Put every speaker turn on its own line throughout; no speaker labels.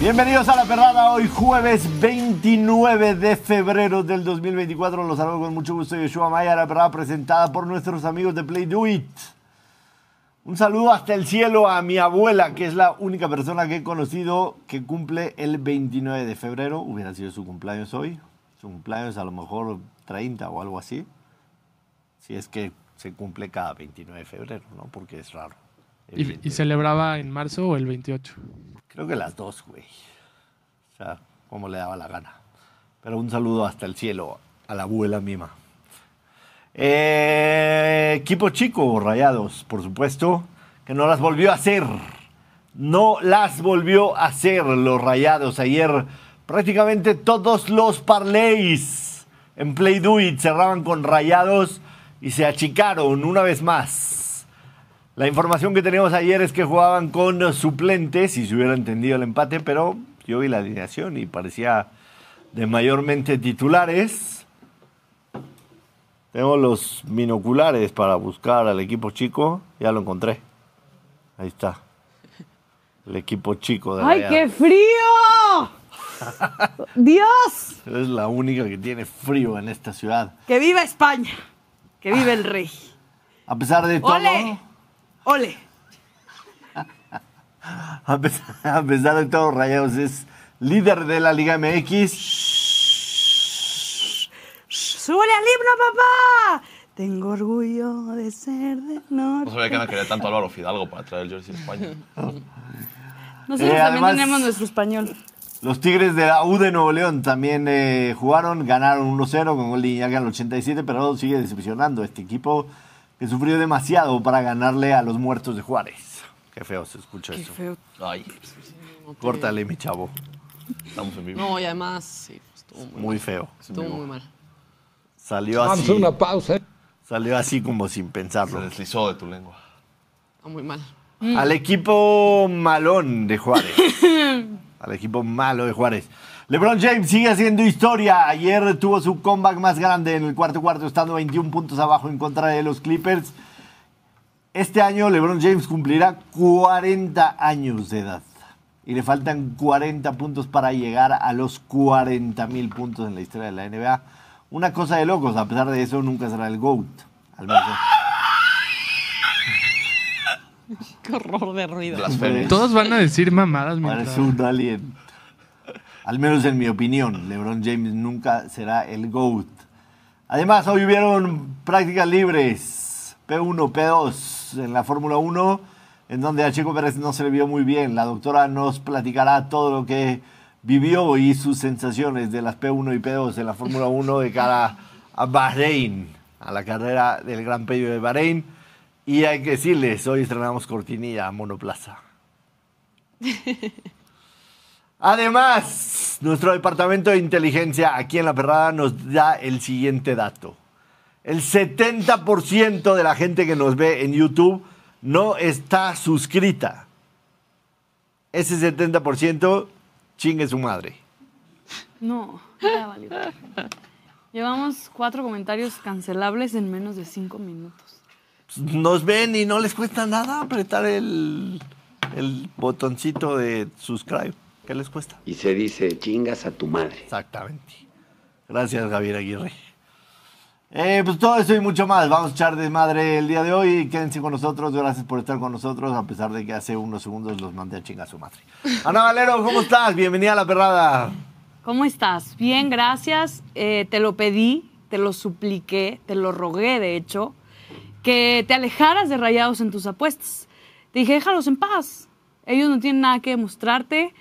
Bienvenidos a La Perrada, hoy jueves 29 de febrero del 2024. Los saludo con mucho gusto, Yeshua Maya, La Perrada presentada por nuestros amigos de Play Do It. Un saludo hasta el cielo a mi abuela, que es la única persona que he conocido que cumple el 29 de febrero. Hubiera sido su cumpleaños hoy. Su cumpleaños a lo mejor 30 o algo así. Si es que se cumple cada 29 de febrero, ¿no? Porque es raro.
¿Y,
evidentemente.
y celebraba en marzo o el 28?
Creo que las dos, güey. O sea, como le daba la gana. Pero un saludo hasta el cielo a la abuela mima. Eh, equipo chico, rayados, por supuesto, que no las volvió a hacer. No las volvió a hacer los rayados. Ayer prácticamente todos los parlays en Play Do It cerraban con rayados y se achicaron una vez más. La información que teníamos ayer es que jugaban con suplentes y se hubiera entendido el empate, pero yo vi la alineación y parecía de mayormente titulares. Tengo los binoculares para buscar al equipo chico. Ya lo encontré. Ahí está. El equipo chico de
¡Ay, qué
Rayados.
frío! ¡Dios!
Es la única que tiene frío en esta ciudad.
¡Que viva España! ¡Que viva el rey!
A pesar de todo,
¡Ole! ¡Ole!
a pesar, a pesar de todo, Rayados es líder de la Liga MX.
¡Súbele al himno, papá! Tengo orgullo de ser de
No
norte.
sabía que Ana quería tanto a Álvaro Fidalgo para traer el jersey de España.
Nosotros
Eh,
también
además-
tenemos nuestro español.
Los Tigres de la U de Nuevo León también eh, jugaron, ganaron 1-0 con gol de Iñaki al 87, pero sigue decepcionando este equipo que sufrió demasiado para ganarle a los muertos de Juárez. Qué feo se escucha
Qué
eso.
feo.
Ay,
No, te-
Córtale, mi chavo.
estamos en vivo.
No, y además, sí, pues, estuvo muy,
Muy
mal.
feo.
Estuvo muy mal.
Salió
Vamos
así.
a una pausa. ¿eh?
Salió así como sin
Se
pensarlo.
deslizó de tu lengua.
Estuvo muy mal.
Al equipo malón de Juárez. Al equipo malo de Juárez. LeBron James sigue haciendo historia. Ayer tuvo su comeback más grande en el cuarto cuarto, estando 21 puntos abajo en contra de los Clippers. Este año LeBron James cumplirá 40 años de edad. Y le faltan 40 puntos para llegar a los 40 mil puntos en la historia de la NBA. Una cosa de locos, a pesar de eso nunca será el GOAT. Al menos.
Qué horror de ruido.
Blasfemia.
Todos van a decir mamadas mientras...
Parece un alien. Al menos en mi opinión, LeBron James nunca será el GOAT. Además, hoy hubieron prácticas libres, P1, P2 en la Fórmula 1, en donde a Checo Pérez no se le vio muy bien. La doctora nos platicará todo lo que vivió y sus sensaciones de las P1 y P2 en la Fórmula 1 de cara a Bahrein, a la carrera del Gran Premio de Bahrein. Y hay que decirles, hoy estrenamos cortinilla monoplaza. Además, nuestro departamento de inteligencia aquí en La Perrada nos da el siguiente dato. El 70% de la gente que nos ve en YouTube no está suscrita. Ese 70% chingue su madre.
No, ya valió. Llevamos cuatro comentarios cancelables en menos de cinco minutos.
Pues, Nos ven y no les cuesta nada apretar el, el botoncito de subscribe. ¿Qué les cuesta?
y se dice chingas a tu madre.
Exactamente. Gracias, Javier Aguirre. Eh, pues todo eso y mucho más. Vamos a echar desmadre el día de hoy. Quédense con nosotros. Gracias por estar con nosotros, a pesar de que hace unos segundos los mandé a chingar a su madre. Ana Valero, ¿cómo estás? Bienvenida a la perrada.
¿Cómo estás? Bien, gracias. Eh, te lo pedí, te lo supliqué, te lo rogué, de hecho, que te alejaras de rayados en tus apuestas. Te dije, déjalos en paz. Ellos no tienen nada que demostrarte.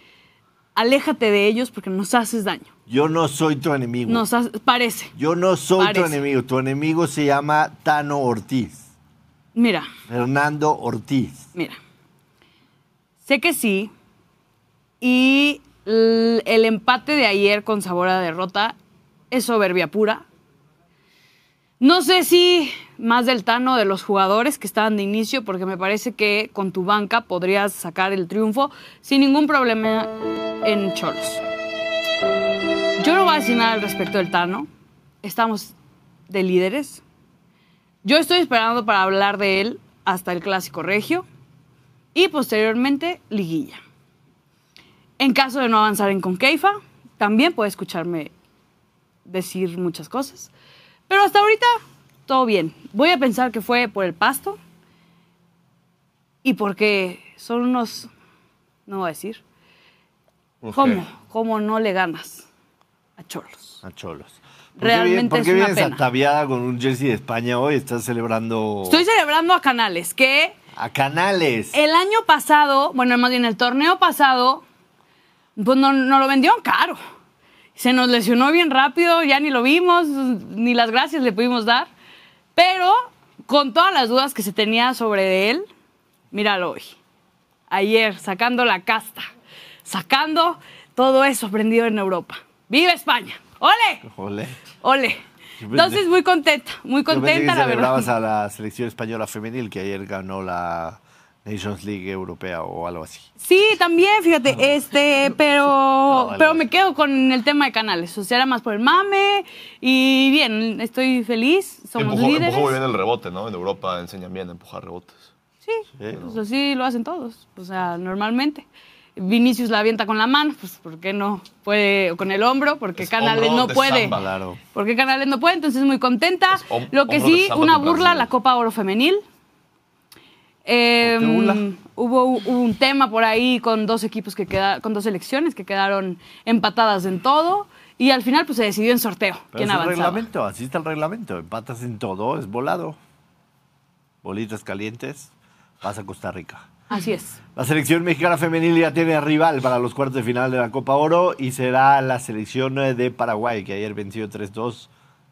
Aléjate de ellos porque nos haces daño.
Yo no soy tu enemigo.
Nos haces- parece.
Yo no soy tu
Parece.
enemigo. Tu enemigo se llama Tano Ortiz.
Mira,
Fernando Ortiz.
Mira, sé que sí. Y l- el empate de ayer con sabor a derrota es soberbia pura. No sé si más del Tano de los jugadores que estaban de inicio, porque me parece que con tu banca podrías sacar el triunfo sin ningún problema en Cholos. Yo no voy a decir nada al respecto del Tano. Estamos de líderes. Yo estoy esperando para hablar de él hasta el Clásico Regio y posteriormente Liguilla. En caso de no avanzar en Conqueifa, también puede escucharme decir muchas cosas. Pero hasta ahorita, todo bien. Voy a pensar que fue por el pasto y porque son unos... No voy a decir.
Unos
¿Cómo?
que-
¿Cómo no le ganas a Cholos?
A Cholos. ¿Por
Realmente
qué, vi- por
es
qué
una
vienes
pena.
ataviada con un jersey de España hoy? Estás celebrando
Estoy celebrando a Canales, que
a Canales.
el año pasado, bueno, más bien el torneo pasado, pues no, no lo vendieron caro. Se nos lesionó bien rápido, ya ni lo vimos, ni las gracias le pudimos dar. Pero con todas las dudas que se tenía sobre él, míralo hoy. Ayer, sacando la casta, sacando todo eso aprendido en Europa. ¡Viva España! ¡Ole!
Jole.
¡Ole!
Yo pensé-
Entonces, muy contenta, muy
Yo pensé
contenta,
que
la
celebrabas
verdad.
a la selección española femenil que ayer ganó la Nations League Europea o algo así.
Sí, también,
Ah,
fíjate, este, pero,
vale,
pero
vale.
me quedo con el tema de canales. O sea, era más por el mame y bien, estoy feliz, somos
Empujó,
líderes.
empujó muy bien el rebote, ¿no? En Europa enseñan bien a empujar rebotes.
Sí,
Sí.
pues así lo hacen todos, o sea, normalmente. Vinicius la avienta con la mano, pues ¿por qué no puede? O con el hombro, porque
Es
Canales
Pues, hombro
no
de
puede.
samba.
Claro.
Porque Canales no puede, entonces muy contenta.
Es hom-
Lo que
hombro de
sí,
samba
una
con
burla,
Brasil.
la Copa Oro Femenil. Eh,
¿Por qué burla?
Hubo u- un tema por ahí con dos equipos que quedaron, con dos elecciones que quedaron empatadas en todo y al final pues se decidió en sorteo
Pero
quién
es el
avanzaba.
reglamento, así está el reglamento. Empatas en todo, es volado. Bolitas calientes, vas a Costa Rica.
Así es.
La selección mexicana femenil ya tiene rival para los cuartos de final de la Copa Oro y será la selección eh, de Paraguay, que ayer venció 3-2,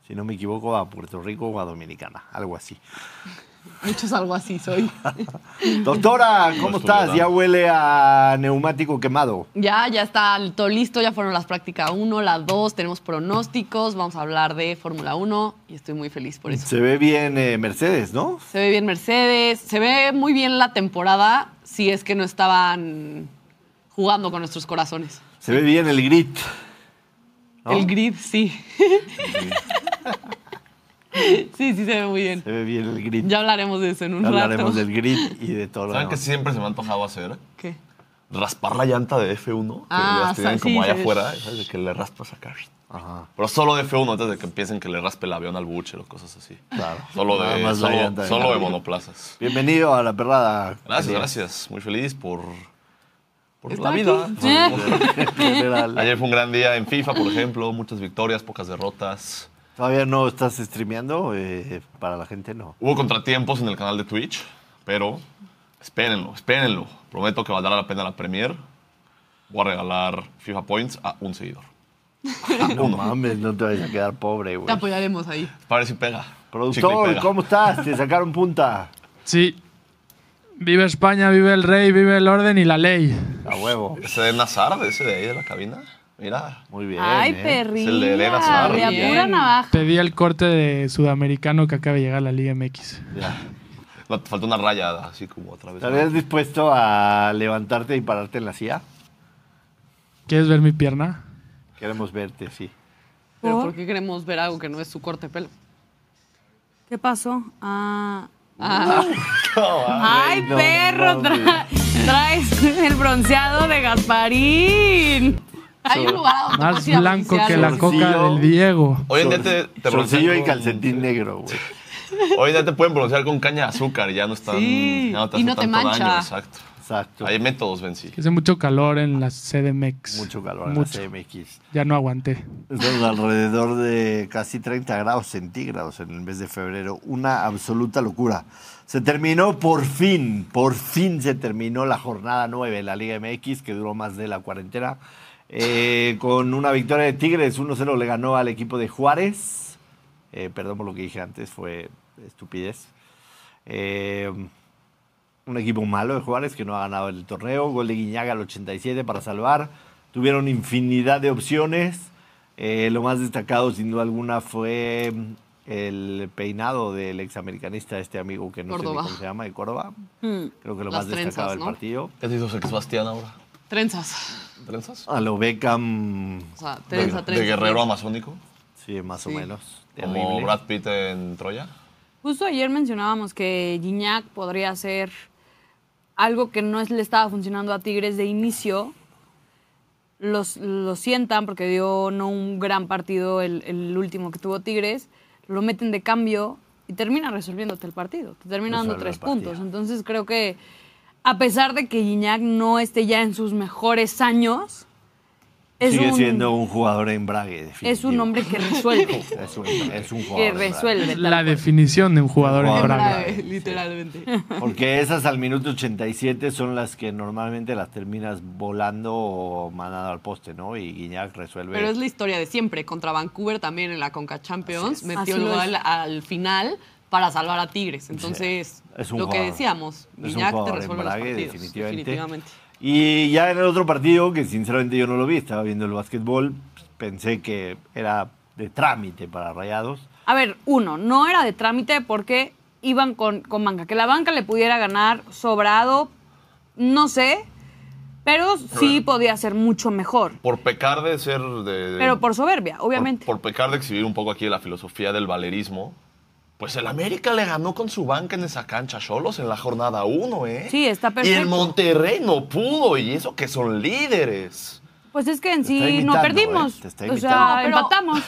si no me equivoco, a Puerto Rico o a Dominicana, algo así.
Muchos algo así soy.
Doctora, ¿cómo
Nuestro
estás?
Leonardo.
Ya huele a neumático quemado.
Ya, ya está todo listo, ya fueron las prácticas 1, la 2, tenemos pronósticos, vamos a hablar de Fórmula 1 y estoy muy feliz por eso.
Se ve bien eh, Mercedes, ¿no?
Se ve bien Mercedes, se ve muy bien la temporada si es que no estaban jugando con nuestros corazones.
Se ve bien el grit. ¿no?
El grid, sí. sí, sí, se ve muy bien.
Se ve bien el grit.
Ya hablaremos de eso en un
Ya
rato.
hablaremos del grit y de todo lo
¿Saben que
demás.
siempre se me ha antojado hacer?
¿Qué?
Raspar la llanta de F1. Que
Ah,
las tienen
o sea,
como
sí,
allá
se-
afuera, ¿eh? ¿sabes? De que le raspas acá.
Ajá.
Pero solo de F1 antes de que empiecen que le raspe el avión al buche o cosas así.
Claro.
Solo
Nada
de,
más la
solo-
llanta de-
solo de monoplazas.
Bienvenido a la perrada.
Gracias,
Elías.
gracias. Muy feliz por, por la
Estar
vida.
aquí.
por el mundo.
En general.
Ayer fue un gran día en FIFA, por ejemplo. Muchas victorias, pocas derrotas.
Todavía no estás streameando, eh, para la gente no.
Hubo contratiempos en el canal de Twitch, pero espérenlo, espérenlo. Prometo que valdrá la pena la Premier. Voy a regalar FIFA Points a un seguidor. Ah,
No mames, no te vayas a quedar pobre,
Te
güey.
apoyaremos ahí.
Para si pega. Chicle y
Productor,
pega.
¿cómo estás? Te sacaron punta.
Sí. Vive España, vive el rey, vive el orden y la ley.
A huevo.
Ese de Nazar, de ese de ahí de la cabina. Mira.
Muy bien.
Ay,
eh.
Es el de Elena
perrilla,
Sarri.
de apura
Bien.
navaja.
Pedí el corte de sudamericano que acaba de llegar a la Liga MX.
Ya. No, te falta una raya así como otra vez.
¿Estarías dispuesto a levantarte y pararte en la silla?
¿Quieres ver mi pierna?
Queremos verte, sí.
Pero
¿Por?
¿por qué queremos ver algo que no es su corte de pelo?
¿Qué pasó? Ah.
Ah,
¡Ay,
no
perro!
mames.
tra- traes el bronceado de Gasparín.
hay un lugar donde
Más
puedes ir a
blanco
broncear.
que la coca
Solcillo.
del Diego.
Hoy en día te,
Solcillo
te broncean
y
con-
calcetín negro, güey.
Hoy en día te pueden broncear con caña de azúcar, ya no están.
Sí,
ya
y
hace
no te
tanto
mancha.
daño, exacto.
Exacto.
Hay métodos, Benzi.
Hace mucho calor en la CDMX.
Mucho calor en
Mucho.
la CMX.
Ya no aguanté.
Estamos alrededor de casi 30 grados centígrados en el mes de febrero. Una absoluta locura. Se terminó por fin, por fin se terminó la jornada 9 de la Liga MX, que duró más de la cuarentena. Eh, con una victoria de Tigres, 1-0 le ganó al equipo de Juárez. Eh, perdón por lo que dije antes, fue estupidez. Eh, un equipo malo de Juárez que no ha ganado el torneo. Gol de Guiñaga al 87 para salvar. Tuvieron infinidad de opciones. Eh, lo más destacado, sin duda alguna, fue mm, el peinado del examericanista, este amigo que no sé
Córdoba. Hmm.
ni cómo se llama, de Córdoba. Creo que lo
Las
más destacado
trenzas,
del
¿no?
partido.
¿Qué te hizo Sebastián ahora?
Trenzas.
¿Trenzas?
A lo Beckham,
O sea,
De,
trenza,
de
trenza.
guerrero amazónico.
sí, más o
Sí.
menos.
Como
Terrible.
Brad Pitt en Troya.
Justo ayer mencionábamos que Gignac podría hacer algo que no es- le estaba funcionando a Tigres de inicio los, lo sientan porque dio no un gran partido el, el último que tuvo Tigres, lo meten de cambio y termina resolviéndote el partido, te termina dando
Resuelve
tres
el partido.
puntos. Entonces creo que a pesar de que Gignac no esté ya en sus mejores años, es,
Sigue
un,
siendo un jugador de embrague.
es un
definitivo.
hombre que resuelve,
Es un, es un
que
jugador. de embrague.
resuelve.
Es la definición de un jugador en
Jugador
braga.
en
Grave, literalmente.
Porque esas al minuto 87 son las que normalmente las terminas volando o mandando al poste, ¿no? Y Guiñac resuelve.
Pero es la historia de siempre. Contra Vancouver también en la Conca Champions metió
Así
el
lo
gol
es.
al final para salvar a Tigres. Entonces,
Es un
lo que
jugador.
decíamos,
Es un
Guiñac te
jugador de
resuelve los
embrague,
partidos.
definitivamente.
definitivamente.
Y ya en el otro partido, que sinceramente yo no lo vi, estaba viendo el básquetbol, pensé que era de trámite para Rayados.
A ver, uno, no era de trámite porque iban con, con banca. Que la banca le pudiera ganar sobrado, no sé, pero sí podía ser mucho mejor.
Por pecar de ser. De, de-
Pero por soberbia,
por-
obviamente.
Por, pecar de exhibir un poco aquí la filosofía del valerismo. Pues el América le ganó con su banca en esa cancha Cholos en la jornada 1, ¿eh?
Sí,
Y
está
el
perfecto.
Monterrey no pudo, y eso que son líderes.
Pues es que en
Te está
sí no
imitando,
perdimos.
eh, te está
o
imitando.
sea,
No, pero-
empatamos.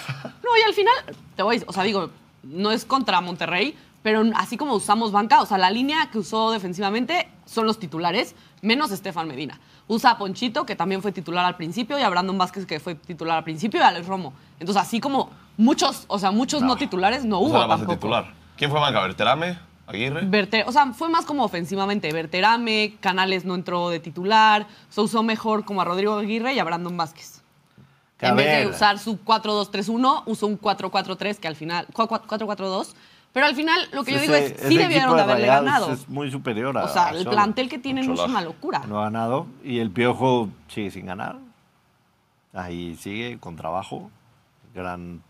No, y al final, te voy, o sea, digo, no es contra Monterrey, pero así como usamos banca, o sea, la línea que usó defensivamente son los titulares, menos Estefan Medina. Usa a Ponchito, que también fue titular al principio, y a Brandon Vázquez, que fue titular al principio, y a Alex Romo. Entonces, así como muchos, o sea, muchos no, titulares no
O
hubo
sea, la base
tampoco.
titular. ¿Quién fue banca? ¿Berterame? ¿Aguirre?
Verte- o sea, fue más como ofensivamente. Verterame, Canales no entró de titular, se usó mejor como a Rodrigo Aguirre y a Brandon Vázquez.
Que a
en vez de
ver,
usar su 4-2-3-1, usó un 4-4-3 que al final. 4-4-2. Pero al final, lo que yo digo
ese-
es,
ese
sí
equipo
debieron de haberle
Rayados
ganado.
Es muy superior a.
o sea,
a
el
Cholos.
plantel que tienen es
Cholaje.
una locura.
No ha ganado. Y el Piojo sigue sin ganar. Ahí sigue con trabajo. Gran.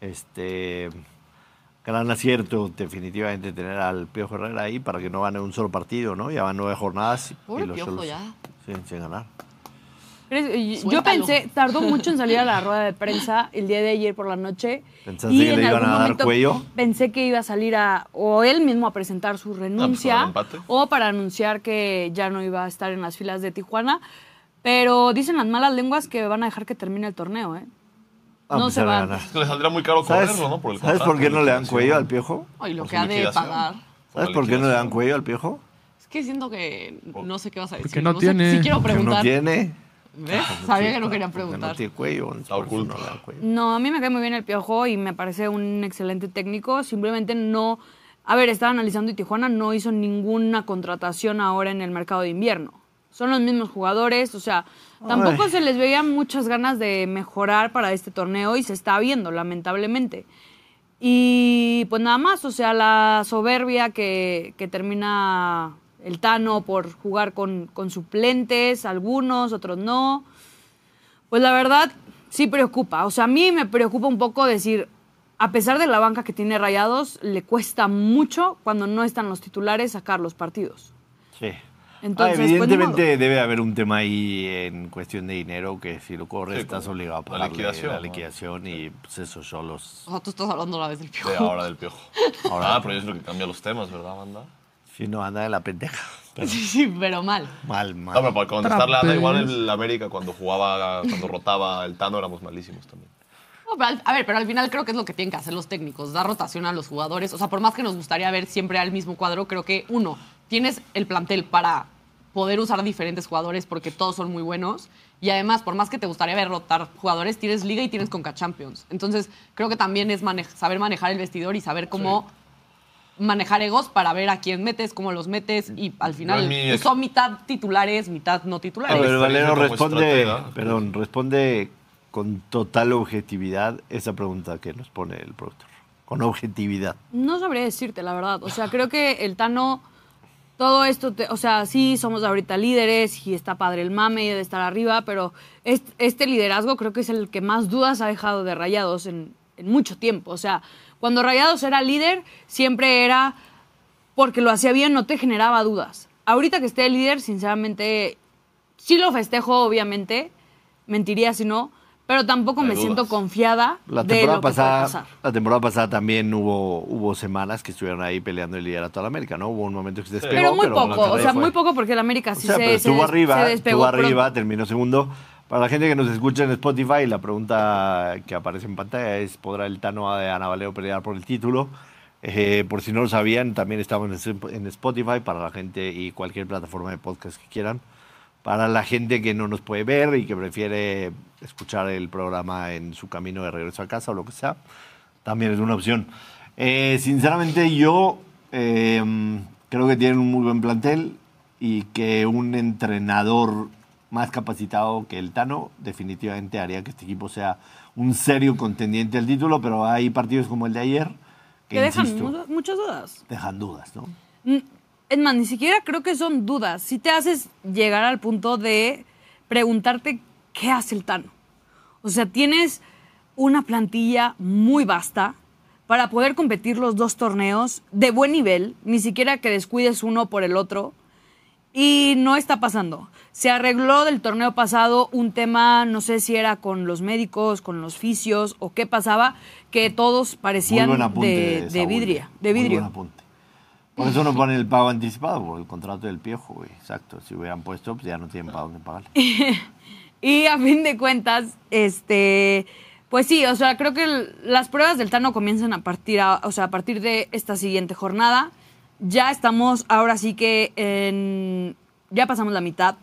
Este. Gran acierto, definitivamente, tener al Piojo Herrera ahí para que no gane un solo partido, ¿no? Ya van nueve jornadas.
Pobre
y los
Piojo,
Cholos
ya.
siguen sin ganar.
¿Crees? Yo
Suéltalo.
pensé, tardó mucho en salir a la rueda de prensa el día de ayer por la noche.
¿Pensaste
y
que le
en
iban
algún
a dar
momento
cuello?
Pensé que iba a salir a, o él mismo a presentar su renuncia
Ah, pues, al empate.
o para anunciar que ya no iba a estar en las filas de Tijuana. Pero dicen las malas lenguas que van a dejar que termine el torneo, ¿eh?
Va a
No
empezar
se
a
va.
ganar.
Es que le saldrá muy caro
¿Sabes,
correrlo, ¿no? Por el
¿sabes
contrato,
por qué no le dan
liquidación.
cuello al Piojo?
Ay, lo
Por
que
su
ha de
liquidación.
pagar.
¿Sabes
la
por qué no le dan
liquidación.
cuello al Piojo?
Es que siento que no sé qué vas a decir.
Porque no
sé
tiene.
si quiero
Porque
preguntar.
no tiene.
¿Ves? Sabía que no querían
Porque
preguntar.
No tiene cuello.
Está
por eso
oculto.
no le dan cuello.
No, a mí me cae muy bien el Piojo y me parece un excelente técnico. Simplemente no. A ver, estaba analizando y Tijuana no hizo ninguna contratación ahora en el mercado de invierno. Son los mismos jugadores, o sea, tampoco
Ay.
se les veía muchas ganas de mejorar para este torneo y se está viendo, lamentablemente. Y pues nada más, o sea, la soberbia que, que termina el Tano por jugar con, con suplentes, algunos, otros no. Pues la verdad, sí preocupa. O sea, a mí me preocupa un poco decir, a pesar de la banca que tiene Rayados, le cuesta mucho cuando no están los titulares sacar los partidos.
Sí.
Entonces,
Ah,
pues, ni
evidentemente debe haber un tema ahí en cuestión de dinero que si lo corres
Sí,
estás
como
obligado a
la
pagarle la liquidación,
liquidación, ¿no?
y pues eso yo los
O sea, tú estás hablando la vez del piojo.
De ahora del piojo.
Ahora.
ah, pero yo es lo que cambia los temas, ¿verdad, banda?
si no anda de la pendeja. Pero
Sí, sí, pero mal.
mal,
No, pero
mal.
para contestarla, da
Trapez.
igual el América cuando jugaba, cuando rotaba el Tano, éramos malísimos también.
No, pero al- a ver, pero al final creo que es lo que tienen que hacer los técnicos, dar rotación a los jugadores. O sea, por más que nos gustaría ver siempre al mismo cuadro, creo que uno, tienes el plantel para poder usar diferentes jugadores porque todos son muy buenos. Y además, por más que te gustaría ver rotar jugadores, tienes liga y tienes Conca Champions. Entonces, creo que también es mane- saber manejar el vestidor y saber cómo manejar egos para ver a quién metes, cómo los metes. Y al
en
final
mi ex-
usó mitad titulares, mitad no
A
titulares.
ver, Valero
como
responde,
estratega.
perdón, responde con total objetividad esa pregunta que nos pone el productor. Con objetividad.
No sabría decirte, la verdad. O sea, creo que el Tano, todo esto, te- o sea, sí, somos ahorita líderes y está padre el mame de estar arriba, pero est- este liderazgo creo que es el que más dudas ha dejado de Rayados en, en mucho tiempo. O sea, cuando Rayados era líder, siempre era porque lo hacía bien, no te generaba dudas. Ahorita que esté el líder, sinceramente, sí lo festejo, obviamente, mentiría si no, pero tampoco
Hay
me
dudas.
siento confiada
La
de lo
temporada,
que puede
pasada,
pasar.
la temporada pasada también hubo, hubo semanas que estuvieron ahí peleando el liderato de la América, ¿no? Hubo un momento que se despegó.
Pero muy poco,
Monterrey
o sea,
fue-
muy poco porque el América
O
sí
sea,
se,
pero
se
estuvo
des-
arriba,
se despegó
estuvo arriba,
pronto.
terminó segundo. Para la gente que nos escucha en Spotify, la pregunta que aparece en pantalla es: ¿podrá el Tano de Ana Valero pelear por el título? Eh, por si no lo sabían, también estamos en en Spotify para la gente y cualquier plataforma de podcast que quieran. Para la gente que no nos puede ver y que prefiere escuchar el programa en su camino de regreso a casa o lo que sea, también es una opción. Eh, sinceramente, yo eh, creo que tienen un muy buen plantel y que un entrenador más capacitado que el Tano definitivamente haría que este equipo sea un serio contendiente al título, pero hay partidos como el de ayer que,
Que dejan
insisto,
mu- muchas dudas.
dejan dudas, ¿no?
Mm, Es más, ni siquiera creo que son dudas. Si te haces llegar al punto de preguntarte qué hace el Tano. O sea, tienes una plantilla muy vasta para poder competir los dos torneos de buen nivel, ni siquiera que descuides uno por el otro. Y no está pasando. Se arregló del torneo pasado un tema, no sé si era con los médicos, con los fisios o qué pasaba, que todos parecían
Muy buen apunte
de, de
Saúl. eh.
vidria, de
Muy
vidrio.
buen apunte. Por eso no ponen el pago anticipado, por el contrato del piojo, güey. Exacto. Si hubieran puesto, pues ya no tienen para dónde pagarle.
Y a fin de cuentas, este, pues sí, o sea, creo que el- las pruebas del Tano comienzan a partir, a- o sea, a partir de esta siguiente jornada. Ya estamos, ahora sí que en, ya pasamos la mitad.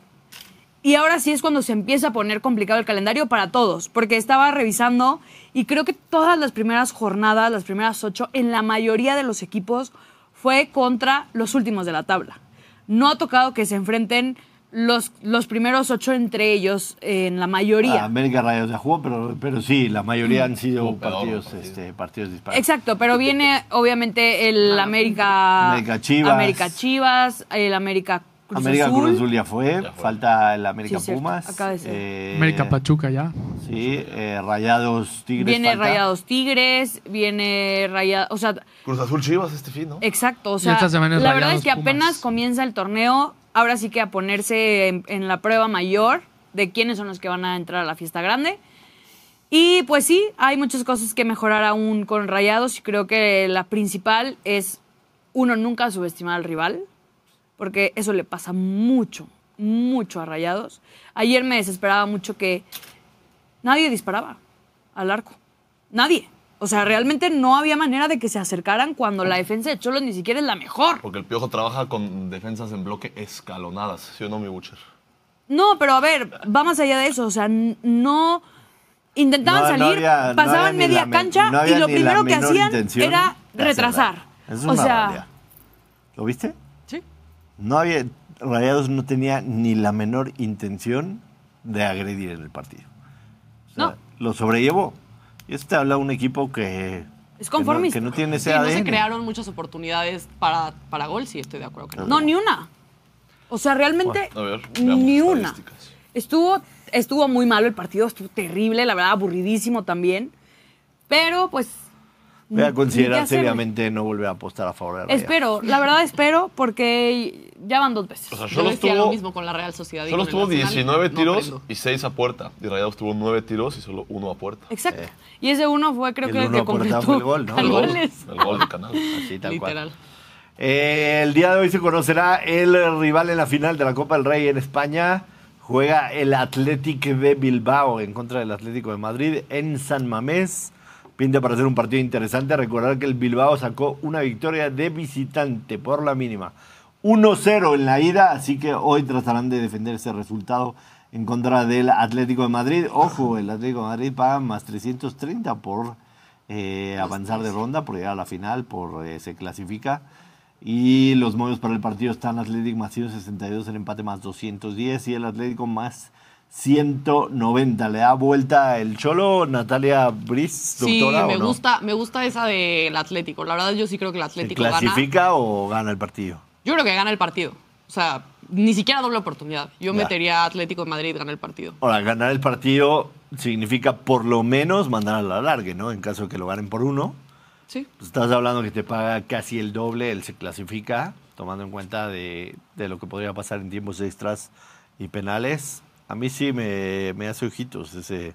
Y ahora sí es cuando se empieza a poner complicado el calendario para todos, porque estaba revisando y creo que todas las primeras jornadas, las primeras ocho, en la mayoría de los equipos fue contra los últimos de la tabla. No ha tocado que se enfrenten los, los primeros ocho entre ellos, eh, en la
Ah,
mayoría.
América Rayos ya jugó, pero, pero sí, la mayoría han sido
Tuvo peor
partidos,
partido.
este, partidos disparados.
Exacto, pero viene obviamente el América,
América Chivas.
América Chivas, el América Cruz
América
Azul.
Cruz Azul ya fue,
Ya fue.
falta el América
Sí, cierto,
Pumas.
acaba de ser.
eh,
América Pachuca ya.
Sí, eh, Rayados Tigres.
Viene
falta.
Rayados Tigres, viene Rayados, o sea,
Cruz Azul Chivas este fin,
Eh.
¿no?
Exacto, o
Y
sea,
esta
la
semana es
verdad es
Rayados,
que apenas
Pumas.
comienza el torneo, ahora sí que a ponerse en, en la prueba mayor de quiénes son los que van a entrar a la fiesta grande. Y pues sí, hay muchas cosas que mejorar aún con Rayados y creo que la principal es uno nunca subestimar al rival, porque eso le pasa mucho, mucho a Rayados. Ayer me desesperaba mucho que nadie disparaba al arco. Nadie. O sea, realmente no había manera de que se acercaran cuando la defensa de Cholos ni siquiera es la mejor.
Porque el Piojo trabaja con defensas en bloque escalonadas, ¿sí o no, mi Butcher?
No, pero a ver, va más allá de eso. O sea, n- no. Intentaban
No, no
salir,
había- no había
pasaban
ni
media
la men-
cancha
no
y
había
lo
ni la
primero que
menor
hacían
intención
era
de
retrasar.
hacerla. Es
o
una
sea,
barbaridad. ¿Lo viste?
Sí.
No había, Rayados no tenía ni la menor intención de agredir en el partido. O sea,
No.
Lo sobrellevó. Y esto te habla un equipo que.
Es
que no-
conformista.
Que no, tiene ese
Sí, no se
ADN.
crearon muchas oportunidades para, para gol, sí, estoy de acuerdo. Que no.
no, ni una. O sea, realmente
A ver, veamos
ni una.
estadísticas.
Estuvo, estuvo muy malo el partido, estuvo terrible, la verdad, aburridísimo también. Pero pues.
Voy a
ni- ni qué
considerar
hacerle.
seriamente no volver a apostar a favor de Rayados.
Espero, la verdad espero, porque ya van dos veces.
O
Pues,
sea,
Yo
Cholos
decía lo
tuvo,
mismo con la Real Sociedad. y
Cholos
con
tuvo
el Arsenal.
19
No
tiros
aprendo.
y 6 a puerta. Y Rayados tuvo 9 tiros y solo 1 a puerta.
Exacto. Y ese uno fue,
Eh.
creo
El
que el
uno
que
aportado
completó
fue el gol, ¿no?
al
El gol,
goles.
El gol de canal.
Así, tal cual.
Literal.
Eh, el día de hoy se conocerá el rival en la final de la Copa del Rey en España. Juega el Athletic de Bilbao en contra del Atlético de Madrid en San Mamés. Pinta para ser un partido interesante. Recordar que el Bilbao sacó una victoria de visitante por la mínima. 1-0 en la ida, así que hoy tratarán de defender ese resultado en contra del Atlético de Madrid. Ojo, el Atlético de Madrid paga más 330 por eh, avanzar de ronda, por llegar a la final, por eh, se clasifica. Y los movios para el partido están Atlético más 162, el empate más 210 y el Atlético más 190. Le da vuelta el cholo Natalia Briz,
Sí,
doctora.
me
¿o no?
gusta, me gusta esa del Atlético. La verdad, yo sí creo que el
¿Se
Atlético gana.
clasifica o gana el partido?
Yo creo que gana el partido. O sea, ni siquiera doble oportunidad. Yo
Ya.
metería a Atlético de Madrid gana el partido.
Ahora, ganar el partido significa por lo menos mandar a la largue, ¿no? En caso de que lo ganen por uno.
Sí.
pues, Estás hablando que te paga casi el doble, él se clasifica, tomando en cuenta de, de lo que podría pasar en tiempos extras y penales. A mí sí me, me hace ojitos ese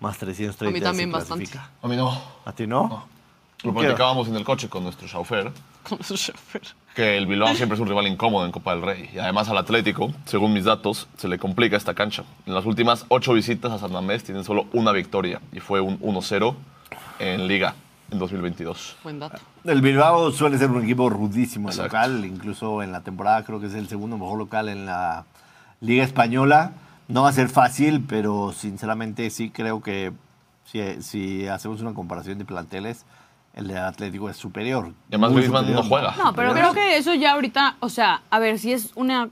más 330.
A mí también
se
bastante.
clasifica.
A mí no.
¿A ti no?
Lo
¿Qué?
platicábamos en el coche con nuestro chofer.
Con su chofer.
que el Bilbao siempre es un rival incómodo en Copa del Rey. Y además al Atlético, según mis datos, se le complica esta cancha. En las últimas ocho visitas a San Mamés tienen solo una victoria y fue un 1-0 en Liga en 2022.
Buen dato.
El Bilbao suele ser un equipo rudísimo de
Exacto.
local, incluso en la temporada creo que es el segundo mejor local en la Liga Española. No va a ser fácil, pero sinceramente sí creo que si, si hacemos una comparación de planteles, el del Atlético es superior.
Y además
Muy
Griezmann no
superior.
juega.
No, pero creo que eso ya ahorita, o sea, a ver, si es una,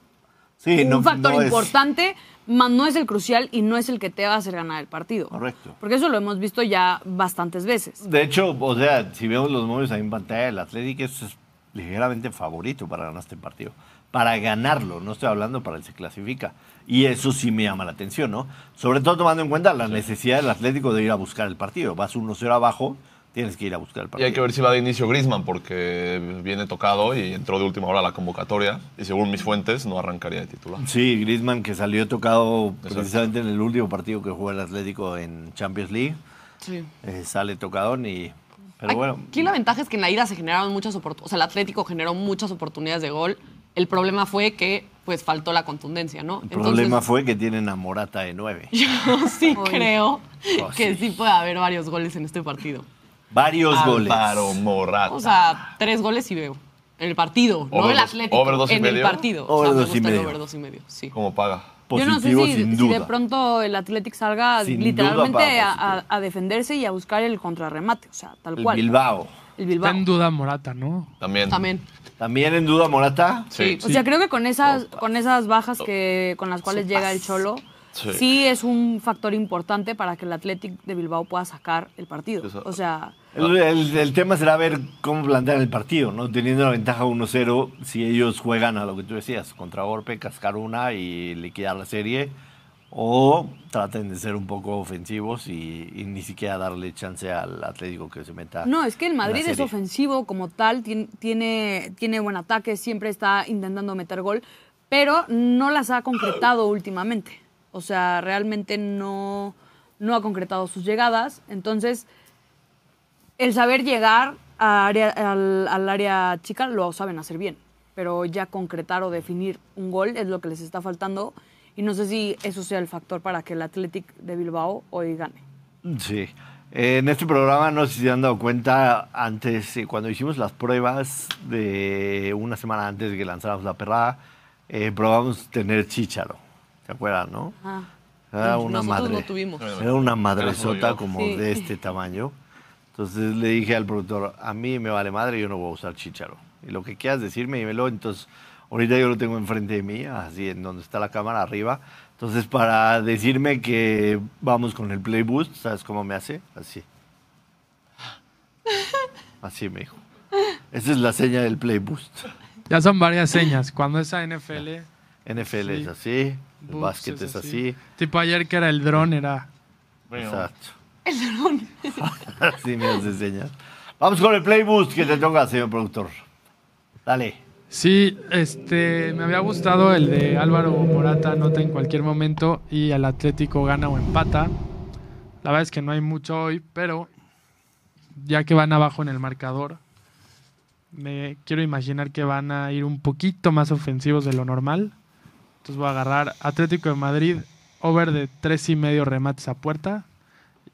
Sí,
un
no-
factor
no es-
importante, mas no es el crucial y no es el que te va a hacer ganar el partido.
Correcto.
Porque eso lo hemos visto ya bastantes veces.
De hecho, o sea, si vemos los movios ahí en pantalla, el Atlético es es ligeramente favorito para ganar este partido. Para ganarlo, no estoy hablando para el que se clasifica. Y eso sí me llama la atención, ¿no? Sobre todo tomando en cuenta la necesidad del Atlético de ir a buscar el partido. Vas 1-0 abajo, tienes que ir a buscar el
Y
partido.
hay que ver si va de inicio Griezmann porque viene tocado y entró de última hora a la convocatoria y según mis fuentes no arrancaría de titular.
Sí, Griezmann que salió tocado
Exacto.
precisamente en el último partido que jugó el Atlético en Champions League.
Sí.
Eh, sale tocadón y... Pero
Aquí
bueno,
la ventaja es que en la ida se generaron muchas oportunidades. O sea, el Atlético generó muchas oportunidades de gol. El problema fue que pues faltó la contundencia, ¿no?
el problema fue que tienen a Morata de 9.
Yo sí
Uy.
creo
Oh,
que
sí.
sí puede haber varios goles en este partido.
Varios goles.
Álvaro Morata.
O sea, tres goles y veo. En el partido, no
Over
el
dos-
Atlético.
over dos y
en el
medio.
partido.
Over
o sea, me
dos y
gusta el
medio.
over dos y medio. Sí.
¿Cómo paga?
Positivo,
Yo no sé si,
sin
si
duda.
de pronto el Athletic salga
Sin
literalmente
duda
a,
va a
a- a defenderse y a buscar el contrarremate, o sea, tal
El
cual.
Bilbao.
Está
El Bilbao.
en duda Morata, ¿no?
También.
También.
También en duda Morata.
Sí.
O sea, creo que con esas, con esas bajas que, con las cuales llega el Cholo,
Sí.
sí. es un factor importante para que el Athletic de Bilbao pueda sacar el partido.
Exacto.
O sea,
El,
Ah.
el- el tema será ver cómo plantear el partido, ¿no? Teniendo la ventaja 1-0, si ellos juegan a lo que tú decías, contra Orpe, cascar una y liquidar la serie, o traten de ser un poco ofensivos y, y ni siquiera darle chance al Atlético que se meta.
no, es que el
en la
Madrid es
serie.
ofensivo como tal, tien- tiene, tiene buen ataque, siempre está intentando meter gol, pero no las ha concretado últimamente. O sea, realmente no, no ha concretado sus llegadas. Entonces, el saber llegar a área- al, al área chica lo saben hacer bien, pero ya concretar o definir un gol es lo que les está faltando y no sé si eso sea el factor para que el Athletic de Bilbao hoy gane.
Sí. Eh, En este programa, no sé si se han dado cuenta, antes, eh, cuando hicimos las pruebas de una semana antes de que lanzáramos la perrada, eh, probamos tener chícharo. ¿Se acuerdan, no?
Ah,
Era una
Nosotros
madre.
no tuvimos.
Era una madresota
yo.
como
Sí.
de este tamaño. Entonces le dije al productor, a mí me vale madre, yo no voy a usar chícharo. Y lo que quieras decirme, dímelo. Entonces, ahorita yo lo tengo enfrente de mí, así en donde está la cámara arriba. Entonces, para decirme que vamos con el Play Boost, ¿sabes cómo me hace? Así. Así me dijo. Esa es la seña del Play Boost.
Ya son varias señas. Cuando es ANFL,
NFL
Sí.
es así, el
Bucks
básquet es, así.
Tipo ayer que era el dron, era.
Exacto. El dron. Así me hace señas. Vamos con el playboost que te toca, señor productor. Dale.
Sí, este, me había gustado el de Álvaro Morata, nota en cualquier momento y el Atlético gana o empata. La verdad es que no hay mucho hoy, pero ya que van abajo en el marcador, me quiero imaginar que van a ir un poquito más ofensivos de lo normal. Entonces voy a agarrar Atlético de Madrid, over de tres y medio remates a puerta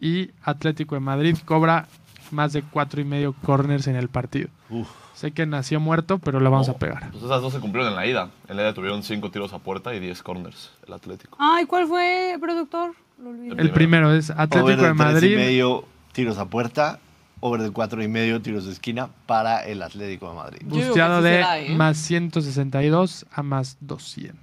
y Atlético de Madrid cobra más de cuatro y medio corners en el partido.
Uf. Oh.
Sé que nació muerto, pero lo vamos
No.
a pegar.
Pues esas dos se cumplieron en la ida. En la ida tuvieron cinco tiros a puerta y 10 corners el Atlético.
Ay, ¿cuál fue, productor? Lo olvidé.
El primero es
Over
Atlético
de
de
Tres y
Madrid.
medio tiros a puerta. Over de cuatro y medio tiros de esquina para el Atlético de Madrid.
Yo digo que
Busteado
sí se
de
da, ¿eh?
más 162 a más 200.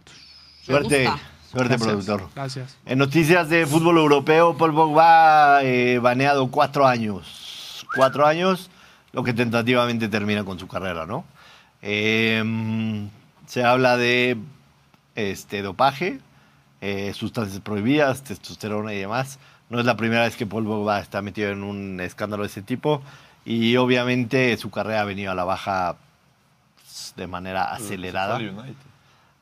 Suerte,
gusta.
suerte,
Gracias,
productor.
Gracias.
En noticias de fútbol europeo, Paul Pogba eh, baneado cuatro años. Cuatro años, lo que tentativamente termina con su carrera, ¿no? Eh, se habla de este, dopaje, eh, sustancias prohibidas, testosterona y demás. No es la primera vez que Paul Pogba está metido en un escándalo de ese tipo. Y obviamente su carrera ha venido a la baja pues, de manera acelerada.
Al Mm, United.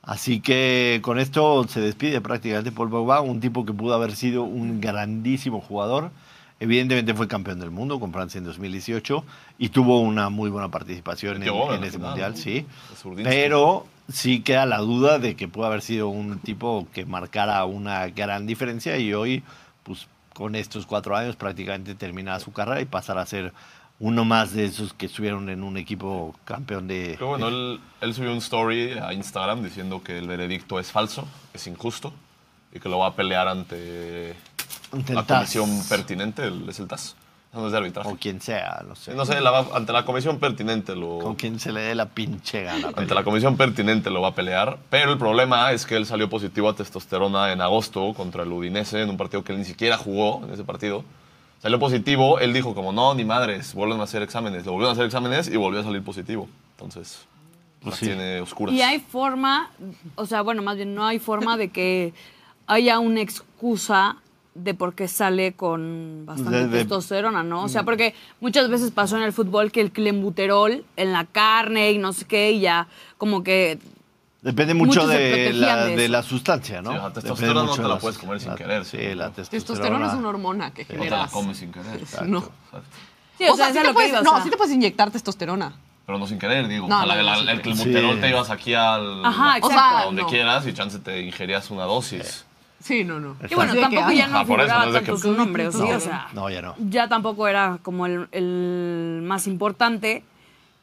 Así que con esto se despide prácticamente Paul Pogba, un tipo que pudo haber sido un grandísimo jugador Evidentemente fue campeón del mundo con Francia en 2018 y tuvo una muy buena participación en,
Metió gol
en
en la
ese
final,
mundial,
¿no?
sí.
Zurdinsky.
Pero sí queda la duda de que pueda haber sido un tipo que marcara una gran diferencia y hoy, pues con estos cuatro años prácticamente terminaba su carrera y pasará a ser uno más de esos que estuvieron en un equipo campeón de...
Pero bueno, él, él subió un story a Instagram diciendo que el veredicto es falso, es injusto y que lo va a pelear ante
Ante el
la
TAS.
comisión pertinente, el- es el TAS, no es de arbitraje.
o quien sea, no sé.
No sé, la va- ante la comisión pertinente lo...
Con quien se le dé la pinche gana.
Ante la comisión pertinente lo va a pelear, pero el problema es que él salió positivo a testosterona en agosto contra el Udinese, en un partido que él ni siquiera jugó en ese partido. Salió positivo, él dijo como, no, ni madres, vuelven a hacer exámenes. Le volvieron a hacer exámenes y volvió a salir positivo. Entonces,
Pues
las
sí.
tiene oscuras.
Y hay forma, o sea, bueno, más bien no hay forma de que haya una excusa de por qué sale con bastante
De- Mm. de-
testosterona, ¿no? O sea, porque muchas veces pasó en el fútbol que el clenbuterol en la carne y no sé qué, y ya como que
Depende mucho
Muchos se
de
protegían
la,
de
de
eso.
la sustancia, ¿no?
Sí, la
Depende
testosterona no
mucho
te
de
la puedes comer sin
la-
querer,
Sí,
seguro.
la
Testosterona
testosterona.
es una hormona que
No te la
generas.
comes sin querer.
No.
Exacto.
Sí,
o sea,
es
sí te
a lo que
puedes-
iba, o
no,
sea.
sí te puedes inyectar testosterona.
Pero no sin querer, digo.
No,
o sea, la-
no, no
la-
sin
la- el
querer.
clenbuterol
Sí.
te ibas aquí al...
Ajá,
O sea,
exacto.
a donde
no.
quieras y chance te ingerías una dosis.
Sí, no, no.
Y bueno,
Así de que,
tampoco
ay,
ya no
Ah, por eso,
figuraba
no es de
tanto
que-
su nombre, o sea,
No.
o sea,
No, ya no.
ya tampoco era como el, el más importante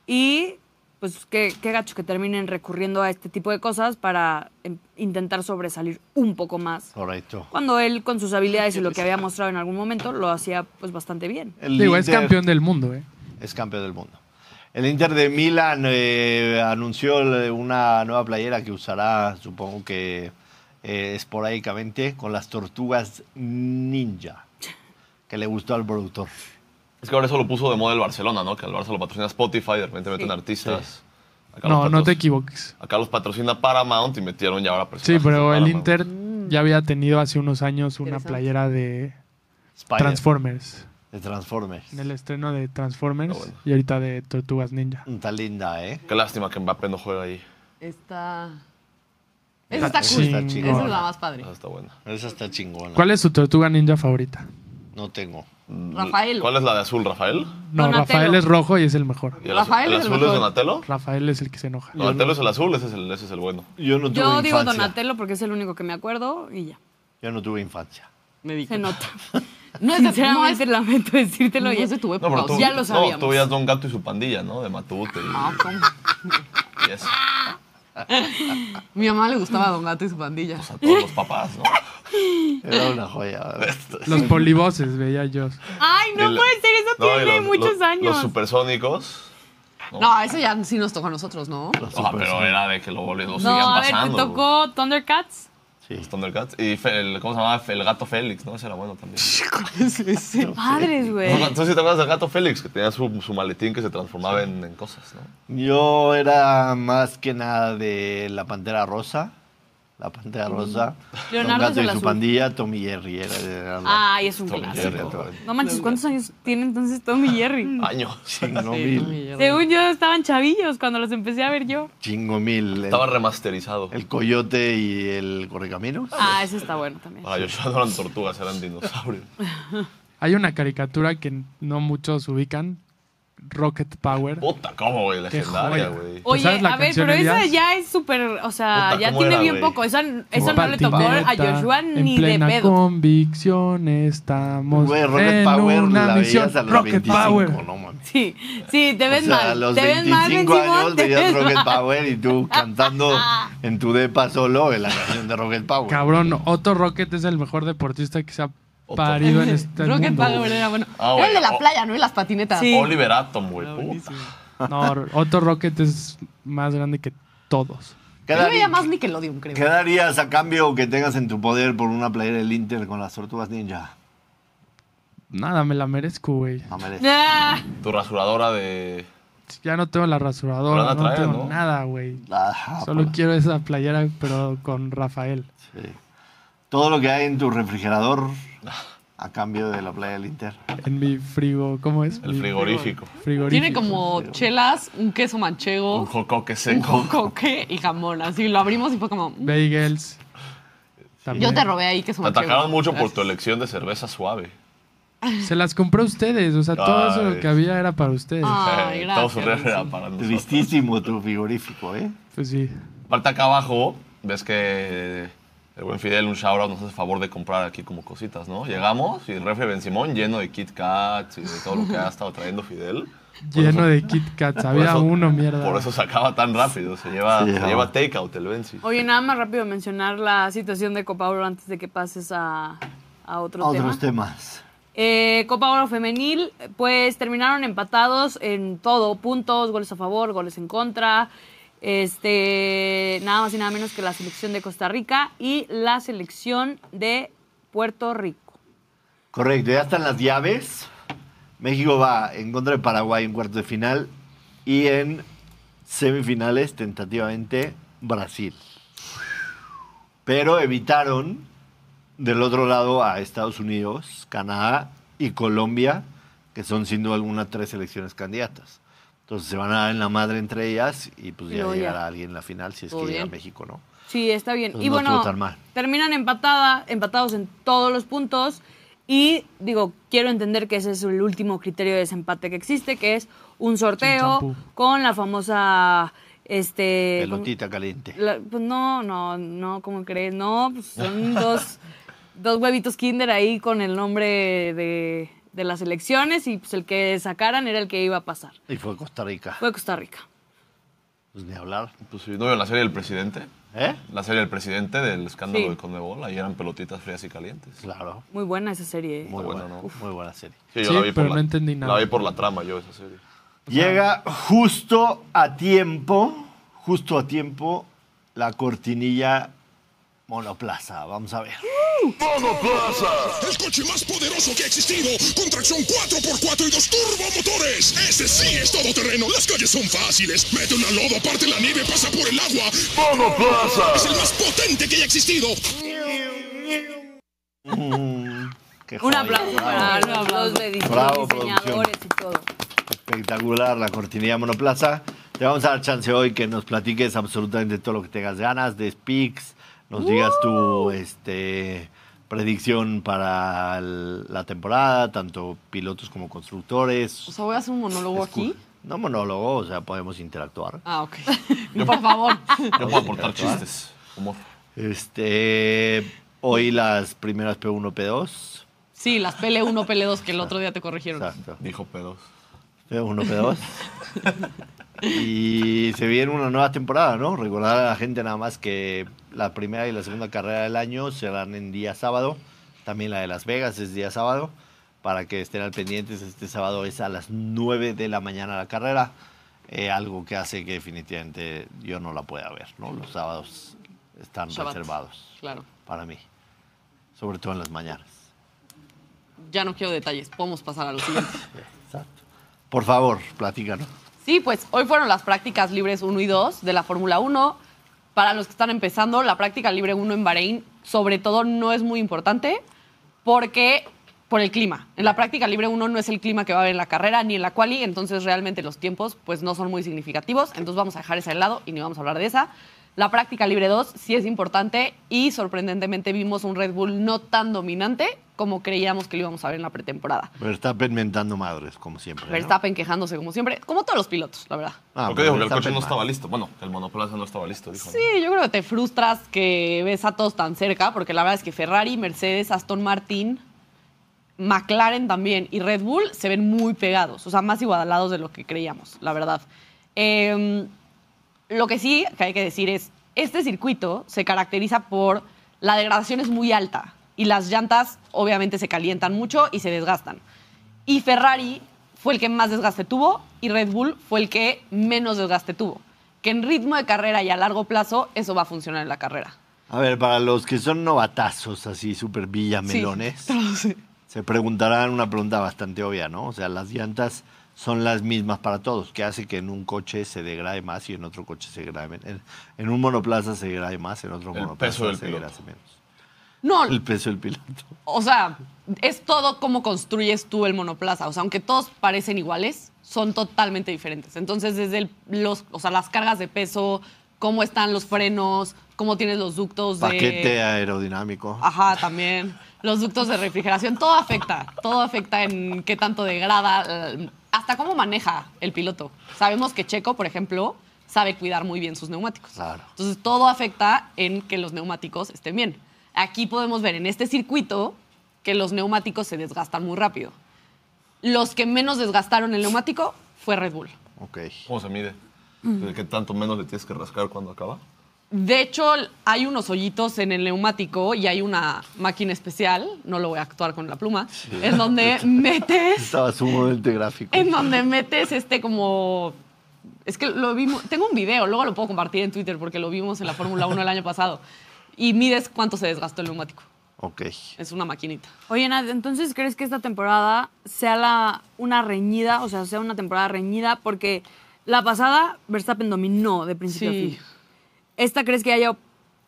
y pues qué, qué gacho que terminen recurriendo a este tipo de cosas para em, intentar sobresalir un poco más.
Correcto.
Cuando él con sus habilidades y lo que había mostrado en algún momento lo hacía pues bastante bien.
El
Digo, es
Inter
campeón del mundo, ¿eh?
Es campeón del mundo. El Inter de Milán eh, anunció eh, una nueva playera que usará, supongo que eh, esporádicamente, con las tortugas ninja, que le gustó al productor.
Es que ahora eso lo puso de moda el Barcelona, ¿no? Que al Barça lo patrocina Spotify, de repente meten artistas. Acá
No,
los
no te
patro-
equivoques.
Acá los patrocina Paramount y metieron ya ahora
Sí,
personajes de
pero el
Paramount.
Inter ya había tenido hace unos años una
Interesante.
playera de
Spider,
Transformers.
de Transformers.
En el estreno de Transformers
Está bueno.
y ahorita de Tortugas Ninja.
Está linda, ¿eh?
Qué lástima que Mbappé no juega ahí.
Está. Esa
Está
está cool.
chingona.
Esa es la más padre.
Esa Ah, está buena.
Esa está chingona.
¿Cuál es su Tortuga Ninja favorita?
No tengo.
Rafael.
¿Cuál es la de azul, Rafael?
No,
Donatello.
Rafael es rojo y es el mejor.
¿Y el
Rafael
azul,
es el
azul
mejor.
es Donatello?
Rafael es el que se enoja.
Donatello es el azul, ese es el, ese es el bueno.
Yo no tuve
Yo digo
infancia.
Donatello porque es el único que me acuerdo y ya,
Yo no tuve infancia.
Me
se
dije.
nota.
No es de no es
Sinceramente lamento decírtelo
no
ya.
es de tu
No,
época.
pero
o
tú,
sea,
ya lo
No,
sabíamos. Ah.
tú veías Don Gato y su pandilla, ¿no? De Matute
no,
y,
Ah, ¿cómo?
y eso.
Mi mamá le gustaba a Don Gato y su pandilla.
A todos los papás, ¿no?
Era una joya.
Los polivoces, veía yo.
Ay, no
Y la-
puede ser, eso
no, y
tiene
los-
muchos
los-
años.
Los supersónicos.
No, eso ya sí nos tocó a nosotros, ¿no?
Ah, pero era de que lo, volvían- lo
no,
seguían
a ver,
pasando.
te tocó Thundercats.
Sí.
Los Thundercats. Y Fe- el, ¿cómo se llamaba? El gato Félix, ¿no? Ese era bueno también.
Sí, sí.
Padres, güey.
Entonces, ¿te acuerdas del gato Félix? Que tenía su, su maletín que se transformaba en, en cosas, ¿no?
Yo era más que nada de la Pantera Rosa. La Pantera Rosa. Don
Leonardo es
Gato
el
y su
azul.
pandilla, Tommy Jerry. Era, era la-
Ay, es un
Tommy Jerry,
clásico.
Tommy.
No manches, ¿cuántos años tiene entonces Tommy y Jerry?
Mm.
Año.
Chingo
Sí, no,
mil.
mi Jerry.
Según yo estaban chavillos cuando los empecé a ver yo.
Chingo mil. El,
Estaba remasterizado.
el coyote y el correcaminos.
Ah, ese está bueno también.
Para Yoshua no eran tortugas, eran dinosaurios.
Hay una caricatura que no muchos ubican, Rocket Power.
Puta, ¿cómo, güey?
joya.
Legendaria, güey.
Oye,
sabes la
a ver,
canción,
pero esa
Elías?
ya es súper, o sea,
Puta,
ya
¿cómo
tiene
era,
bien
güey?
poco. Esa, eso no le
Patineta,
tocó a Joshua ni
en
de
plena
pedo.
convicción estamos
Güey, Rocket
en
Power
una
la
misión.
veías a los
Rocket
25,
Power.
no mames.
Sí, sí, te
O
ves
sea, a
mal.
los
te ves mal, Ben
25
Simón,
años
te
veías
ves
Rocket
mal.
Power y tú cantando en tu depa solo en la canción de Rocket Power.
Cabrón, Otto Rocket es el mejor deportista que se ha
Otto.
parido en este
Creo que
mundo.
Pago era bueno.
Ah,
Era el de
bueno.
la playa, ¿no? Y las patinetas.
Sí.
Oliver Atom, güey. Puta.
No, Otto Rocket es más grande que todos.
¿Qué
Yo
daría-
veía más Nickelodeon, creo.
¿Qué darías a cambio que tengas en tu poder por una playera del Inter con las tortugas ninja?
Nada, me la merezco, güey.
No merece.
Ah,
Tu rasuradora de.
Ya no tengo la
Pero
rasuradora,
la
no
traen,
tengo
¿no?
nada, güey.
Ah,
Solo
por-
quiero esa playera, pero con Rafael.
sí. Todo lo que hay en tu refrigerador a cambio de la playa del Inter.
En mi frigo, ¿cómo es?
El
Mi
frigorífico.
frigorífico.
Tiene como chelas, un queso
Un
manchego,
joco que
un
seco.
coque y jamón. Así lo abrimos y fue como. mm.
Bagels.
Yo
También.
te robé ahí
Te
queso manchego.
atacaron mucho por
Gracias.
tu elección de cerveza suave.
Se las compró a ustedes, o sea, todo eso
Ay.
lo que había era para ustedes.
Ay,
Eh,
gracias.
todo su refri era
Ricky.
para nosotros.
Tristísimo tu frigorífico, ¿eh?
Pues sí.
Aparte acá abajo, ves que el buen Fidel, un shoutout, nos hace favor de comprar aquí como cositas, ¿no? Llegamos y el refri Ben Simón lleno de Kit Kats y de todo lo que ha estado trayendo Fidel.
Lleno de Kit Kats.
Por
Había
eso-
uno, mierda.
Por eso se acaba tan rápido. Se lleva,
Sí,
se
ya.
lleva takeout el Benzi.
Oye, nada más rápido mencionar la situación de Copa Oro antes de que pases a, a otro tema.
Otros temas.
Eh, Copa Oro Femenil, pues terminaron empatados en todo, puntos, goles a favor, goles en contra. Este, nada más y nada menos que la selección de Costa Rica y la selección de Puerto Rico.
Correcto, ya están las llaves. México va en contra de Paraguay en cuarto de final y en semifinales tentativamente Brasil. Pero evitaron del otro lado a Estados Unidos, Canadá y Colombia, que son sin duda alguna tres selecciones candidatas. Entonces se van a dar en la madre entre ellas y pues
Y
ya
luego ya.
llegará alguien en la final si es que
Todo
llega
bien.
México, ¿no?
Sí, está bien.
Pues
y
no
bueno,
estuvo tan mal.
terminan empatada, empatados en todos los puntos. Y digo, quiero entender que ese es el último criterio de desempate que existe, que es un sorteo
champú.
con la famosa este con-
Pelotita caliente.
la- pues no, no, no, ¿cómo crees? No, pues son dos, dos huevitos Kinder ahí con el nombre de, de las elecciones y pues el que sacaran era el que iba a pasar.
Y fue Costa Rica.
Fue Costa Rica.
Pues ni hablar.
Pues sí, ¿no vieron la serie del presidente?
¿Eh?
La serie del presidente del escándalo
Sí.
del Condebol. Ahí eran pelotitas frías y calientes.
Claro.
Muy buena esa serie. ¿eh?
Muy
Está
buena,
bueno, ¿no?
muy buena serie.
yo
Sí,
la vi por
pero
la-
no entendí
La
nada.
vi por la trama yo esa serie.
Llega justo a tiempo, justo a tiempo, la cortinilla monoplaza. Vamos a ver.
El coche más poderoso que ha existido, con tracción 4x4 y dos turbomotores. Ese sí es todoterreno, las calles son fáciles. Mete una lodo, parte la nieve, pasa por el agua. Es el más potente que haya existido.
Mm, Qué
Un
joya,
aplauso
bravo.
para los dos de dise-
Bravo,
diseñadores y todo.
Espectacular la cortinilla monoplaza. Te vamos a dar chance hoy que nos platiques absolutamente todo lo que tengas ganas de Speaks, nos digas tu este, predicción para el- la temporada, tanto pilotos como constructores.
O sea, voy a hacer un monólogo aquí.
Escu- No monólogo, o sea, podemos interactuar.
Ah, ok. Por favor.
Yo puedo aportar chistes. Humor.
Este, hoy las primeras P1, P2.
Sí, las PL1, PL2 que el otro día te corrigieron.
Exacto.
Dijo pedos.
P1, P2. y se viene una nueva temporada, ¿no? Recordar a la gente nada más que la primera y la segunda carrera del año serán en día sábado. También la de Las Vegas es día sábado. Para que estén al pendientes, este sábado es a las 9 de la mañana la carrera. Eh, algo que hace que definitivamente yo no la pueda ver, ¿no? Los sábados están
Shabbat.
reservados
Claro.
para mí. Sobre todo en las mañanas.
Ya no quiero detalles. Podemos pasar a lo siguiente.
Exacto. Por favor, platícanos.
Sí, pues hoy fueron las prácticas libres 1 y 2 de la Fórmula 1. Para los que están empezando, la práctica libre 1 en Bahrein, sobre todo, no es muy importante porque por el clima. En la práctica libre 1 no es el clima que va a haber en la carrera ni en la quali, entonces realmente los tiempos pues no son muy significativos, entonces vamos a dejar esa de lado y ni vamos a hablar de esa. La práctica libre 2 sí es importante y sorprendentemente vimos un Red Bull no tan dominante como creíamos que lo íbamos a ver en la pretemporada.
Verstappen mentando madres, como siempre. ¿no?
Verstappen quejándose como siempre, como todos los pilotos, la verdad.
Ah,
Lo que dijo que el
Verstappen
coche no
mal.
estaba listo. Bueno, que el monoplaza no estaba listo, dijo. ¿no?
Sí, yo creo que te frustras que ves a todos tan cerca, porque la verdad es que Ferrari, Mercedes, Aston Martin, McLaren también y Red Bull se ven muy pegados, o sea, más igualados de lo que creíamos, la verdad. Em, lo que sí que hay que decir es, este circuito se caracteriza por la degradación es muy alta y las llantas obviamente se calientan mucho y se desgastan. Y Ferrari fue el que más desgaste tuvo y Red Bull fue el que menos desgaste tuvo. Que en ritmo de carrera y a largo plazo eso va a funcionar en la carrera.
A ver, para los que son novatazos, así, súper villamelones, se preguntarán una pregunta bastante obvia, ¿no? O sea, las llantas son las mismas para todos. ¿Qué hace que en un coche se degrade más y en otro coche se degrade menos? En, en un monoplaza se degrade más, en otro
El
monoplaza
peso del
se
piloto.
degrade menos.
No,
El peso del piloto.
O sea, es todo cómo construyes tú el monoplaza. O sea, aunque todos parecen iguales, son totalmente diferentes. Entonces, desde el- los, o sea, las cargas de peso, cómo están los frenos, cómo tienes los ductos de...
Paquete aerodinámico.
Ajá, también. Los ductos de refrigeración, todo afecta. Todo afecta en qué tanto degrada, eh, hasta cómo maneja el piloto. Sabemos que Checo, por ejemplo, sabe cuidar muy bien sus neumáticos.
Claro.
Entonces, todo afecta en que los neumáticos estén bien. Aquí podemos ver en este circuito que los neumáticos se desgastan muy rápido. Los que menos desgastaron el neumático fue Red Bull.
Ok.
¿Cómo se mide? ¿De
Mm.
qué tanto menos le tienes que rascar cuando acaba?
De hecho, hay unos hoyitos en el neumático y hay una máquina especial, no lo voy a actuar con la pluma, en donde metes,
Estaba sumamente gráfico.
en donde metes este como... Es que lo vimos, tengo un video, luego lo puedo compartir en Twitter porque lo vimos en la Fórmula 1 el año pasado. Y mides cuánto se desgastó el neumático.
Ok.
Es una maquinita.
Oye, Nat, entonces crees que esta temporada sea la, una reñida, o sea, sea una temporada reñida, porque la pasada Verstappen dominó de principio a
Sí.
fin. ¿Esta crees que haya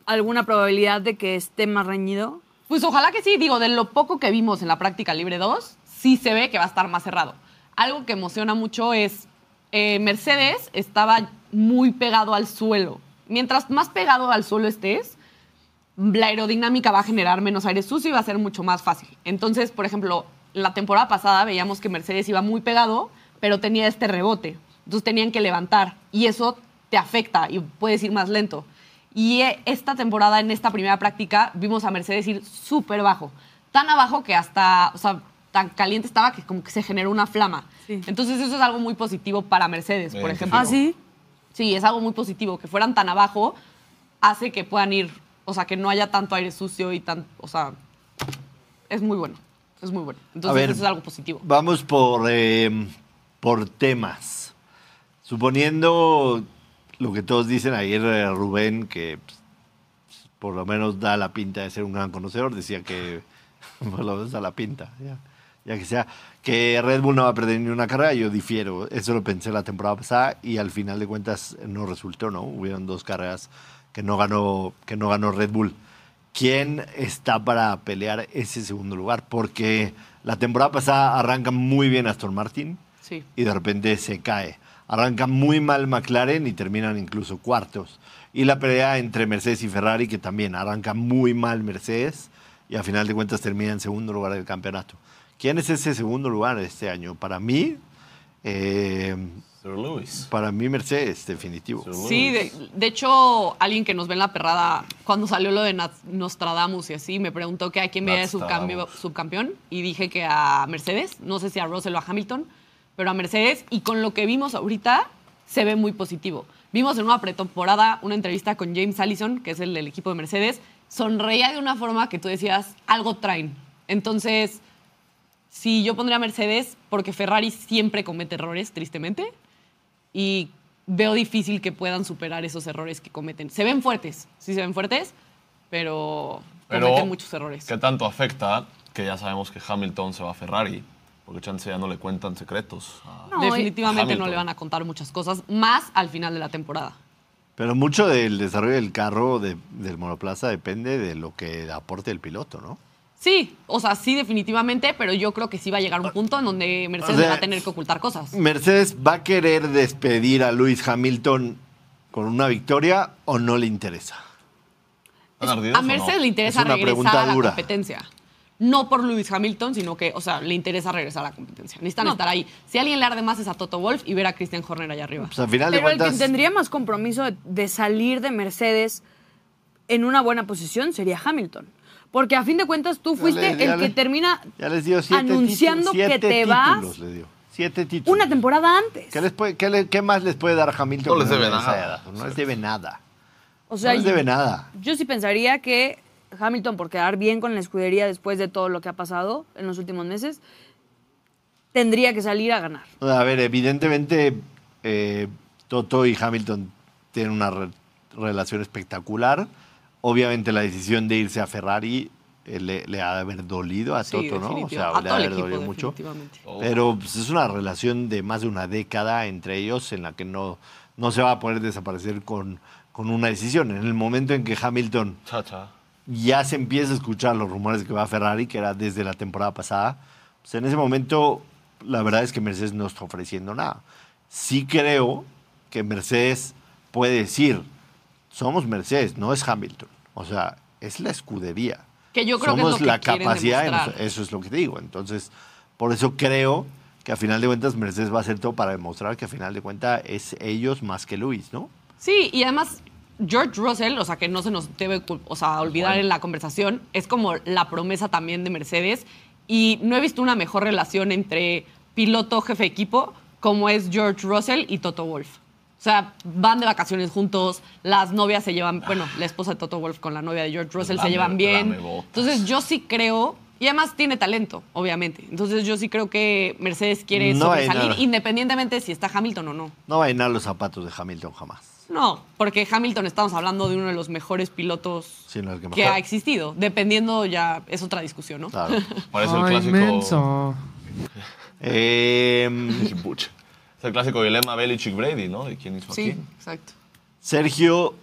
alguna probabilidad de que esté más reñido?
Pues ojalá que sí, digo, de lo poco que vimos en la práctica libre 2, sí se ve que va a estar más cerrado. Algo que emociona mucho es eh, Mercedes estaba muy pegado al suelo. Mientras más pegado al suelo estés, la aerodinámica va a generar menos aire sucio y va a ser mucho más fácil. Entonces, por ejemplo, la temporada pasada veíamos que Mercedes iba muy pegado, pero tenía este rebote. Entonces tenían que levantar y eso te afecta y puedes ir más lento. Y eh, esta temporada, en esta primera práctica, vimos a Mercedes ir súper bajo. Tan abajo que hasta, o sea, tan caliente estaba que como que se generó una flama.
Sí.
Entonces eso es algo muy positivo para Mercedes, por
Me
ejemplo.
¿Ah, sí?
Sí, es algo muy positivo. Que fueran tan abajo hace que puedan ir, o sea, que no haya tanto aire sucio y tan, o sea, es muy bueno. Es muy bueno. Entonces,
ver.
eso es algo positivo.
Vamos por, eh, por temas. Suponiendo lo que todos dicen ayer, eh, Rubén, que pues, por lo menos da la pinta de ser un gran conocedor, decía que por lo menos da la pinta, ya, ya que sea, que Red Bull no va a perder ni una carrera, yo difiero, eso lo pensé la temporada pasada y al final de cuentas no resultó, ¿no? Hubieron dos carreras que no ganó, que no ganó Red Bull. ¿Quién está para pelear ese segundo lugar? Porque la temporada pasada arranca muy bien Aston Martin
Sí.
y de repente se cae. Arranca muy mal McLaren y terminan incluso cuartos. Y la pelea entre Mercedes y Ferrari, que también arranca muy mal Mercedes y a final de cuentas termina en segundo lugar del campeonato. ¿Quién es ese segundo lugar este año? Para mí, eh,
Sir Lewis.
para mí Mercedes, definitivo.
Sir Lewis.
Sí, de, de hecho, alguien que nos ve en la perrada, cuando salió lo de Nat- Nostradamus y así, me preguntó que a quién veía de subcambio-
Nostradamus.
subcampeón y dije que a Mercedes, no sé si a Russell o a Hamilton, pero a Mercedes y con lo que vimos ahorita se ve muy positivo. Vimos en una pretemporada una entrevista con James Allison, que es el del equipo de Mercedes, sonreía de una forma que tú decías, algo traen. Entonces, sí, yo pondría a Mercedes porque Ferrari siempre comete errores, tristemente y veo difícil que puedan superar esos errores que cometen. Se ven fuertes, sí se ven fuertes, pero, cometen muchos errores.
¿Qué tanto afecta que ya sabemos que Hamilton se va a Ferrari? Porque chance ya no le cuentan secretos. a-
No,
Definitivamente no
Hamilton.
le van a contar muchas cosas, más al final de la temporada.
Pero mucho del desarrollo del carro, de- del monoplaza, depende de lo que aporte el piloto, ¿no?
Sí, o sea, sí, definitivamente, pero yo creo que sí va a llegar un punto en donde Mercedes
O sea,
le va a tener que ocultar cosas.
¿Mercedes va a querer despedir a Luis Hamilton con una victoria o no le interesa?
¿Están ardidos
A
o no?
Mercedes le interesa
Es una
regresar
pregunta
a la
dura.
competencia. No por Lewis Hamilton, sino que, o sea, le interesa regresar a la competencia. Necesitan estar ahí. Si alguien le arde más es a Toto Wolf y ver a Christian Horner allá arriba.
Pues al final de
Pero el que
cuentas,
tendría más compromiso de- de salir de Mercedes en una buena posición sería Hamilton. Porque a fin de cuentas tú fuiste
le- ya
el
le-
que termina
ya les dio siete
anunciando
títulos, siete
que te
títulos
vas
le dio. Siete títulos.
una temporada antes.
¿Qué, les puede- qué le- qué más les puede dar Hamilton?
No
que
les debe
les
nada.
haya dado? No les debe nada.
O sea,
no les debe nada.
Yo sí pensaría que Hamilton, por quedar bien con la escudería después de todo lo que ha pasado en los últimos meses, tendría que salir a ganar.
A ver, evidentemente eh, Toto y Hamilton tienen una re- relación espectacular. Obviamente la decisión de irse a Ferrari eh, le, le ha de haber dolido a
Sí,
Toto, ¿no? O
definitivo.
sea,
a
le ha
todo el
de haber
equipo,
dolido mucho.
definitivamente.
Pero pues, es una relación de más de una década entre ellos en la que no, no se va a poder desaparecer con, con una decisión. En el momento en que Hamilton
Cha, cha.
ya se empieza a escuchar los rumores de que va a Ferrari, que era desde la temporada pasada, pues en ese momento la verdad es que Mercedes no está ofreciendo nada. Sí creo que Mercedes puede decir, somos Mercedes, no es Hamilton. O sea, es la escudería.
Que yo creo que es
somos
lo que
la
quieren
capacidad,
demostrar.
nos- eso es lo que te digo. Entonces, por eso creo que a final de cuentas Mercedes va a hacer todo para demostrar que a final de cuentas es ellos más que Luis, ¿no?
Sí, y además George Russell, o sea, que no se nos debe cul- o sea, olvidar en la conversación, es como la promesa también de Mercedes. Y no he visto una mejor relación entre piloto, jefe de equipo, como es George Russell y Toto Wolf. O sea, van de vacaciones juntos, las novias se llevan, bueno, la esposa de Toto Wolf con la novia de
Pues
George Russell se
Lame-
llevan bien.
lamebotas.
Entonces yo sí creo, y además tiene talento, obviamente. Entonces yo sí creo que Mercedes quiere
No hay
sobresalir
nada.
independientemente si está Hamilton o no.
No va a llenar los zapatos de Hamilton jamás.
No, porque Hamilton estamos hablando de uno de los mejores pilotos
Sí, no, el que
que,
mejor.
ha existido. Dependiendo ya, es otra discusión, ¿no?
Claro.
Parece el
Ay,
clásico.
menso.
Em,
Puch. Es el clásico dilema Belichick Brady, ¿no? ¿De quién hizo
Sí,
a quién?
exacto.
Sergio,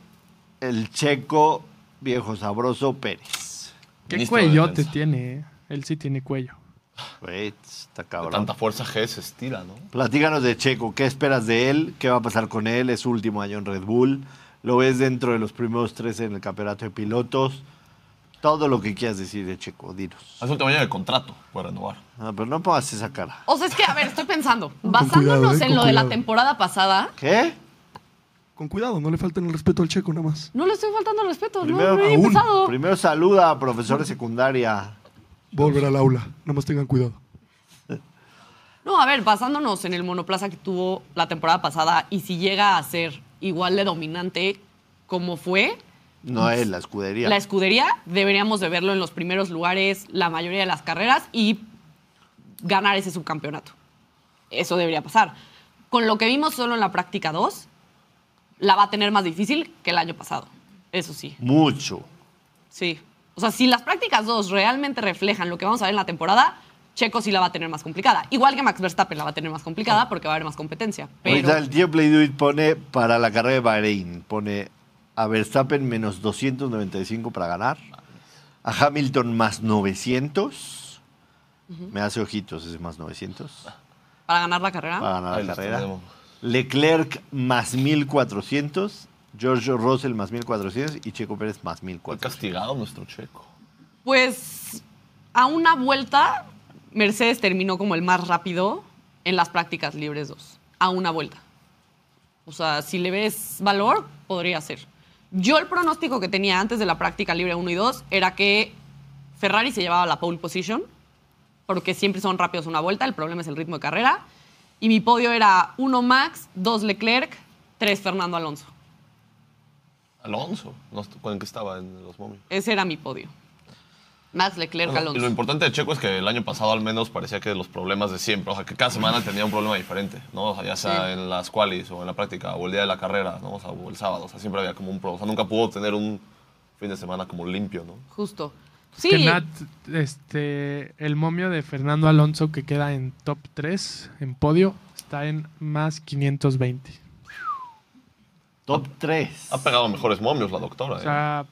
el checo, viejo sabroso Pérez.
Qué
Ministro de
cuellote
Defensa.
tiene, eh. Él sí tiene cuello.
Güey, está
De
cabrón.
tanta fuerza G se estira, ¿no?
Platícanos de Checo, ¿qué esperas de él? ¿Qué va a pasar con él? Es su último año en Red Bull. ¿Lo ves dentro de los primeros tres en el campeonato de pilotos? Todo lo que quieras decir de Checo, dinos.
Hace un tamaño de contrato para renovar.
Ah, pero no pongas esa cara.
O sea, es que, a ver, estoy pensando, basándonos
cuidado, eh,
en lo de
con
la
cuidado.
temporada pasada,
¿Qué?
Con cuidado, no le falten el respeto al checo nada más.
no le estoy faltando al respeto,
Primero,
no, no he
aún,
empezado.
primero saluda a profesores secundaria.
Volver al aula, nada más tengan cuidado.
No, a ver, basándonos en el monoplaza que tuvo la temporada pasada y si llega a ser igual de dominante como fue,
No es la escudería.
La escudería deberíamos de verlo en los primeros lugares la mayoría de las carreras y ganar ese subcampeonato. Eso debería pasar. Con lo que vimos solo en la práctica 2, la va a tener más difícil que el año pasado. Eso sí,
Mucho.
sí. O sea, si las prácticas 2 realmente reflejan lo que vamos a ver en la temporada, Checo sí la va a tener más complicada. Igual que Max Verstappen la va a tener más complicada porque va a haber más competencia.
Ahorita
Pero
el tío Play Do It pone para la carrera de Bahrein, pone a Verstappen menos 295 para ganar, a Hamilton más 900, me hace ojitos ese más 900,
para ganar la carrera,
para ganar
Ahí
la
los
carrera.
tenemos.
Leclerc más 1400, George Russell más 1400 y Checo Pérez más
Fue
1400.
castigado nuestro checo.
Pues a una vuelta, Mercedes terminó como el más rápido en las prácticas libres 2. A una vuelta. O sea, si le ves valor, podría ser. Yo el pronóstico que tenía antes de la práctica libre 1 y 2 era que Ferrari se llevaba la pole position, porque siempre son rápidos una vuelta, el problema es el ritmo de carrera. Y mi podio era 1 Max, 2 Leclerc, 3 Fernando Alonso.
Alonso, no, est- ¿con el que estaba en los momios?
Ese era mi podio. Max, Leclerc,
Ah, Y lo
Alonso.
importante de Checo es que el año pasado al menos parecía que los problemas de siempre, o sea, que cada semana tenía un problema diferente, ¿no? O sea, ya sea
Sí.
en las qualis o en la práctica o el día de la carrera, ¿no? O sea, o el sábado, o sea, siempre había como un problema, o sea, nunca pudo tener un fin de semana como limpio, ¿no?
Justo. Sí.
Es Que Nat, este, el momio de Fernando Alonso que queda en top 3, en podio, está en más 520.
Top 3.
Ha pegado mejores momios la doctora,
O
¿eh?
sea,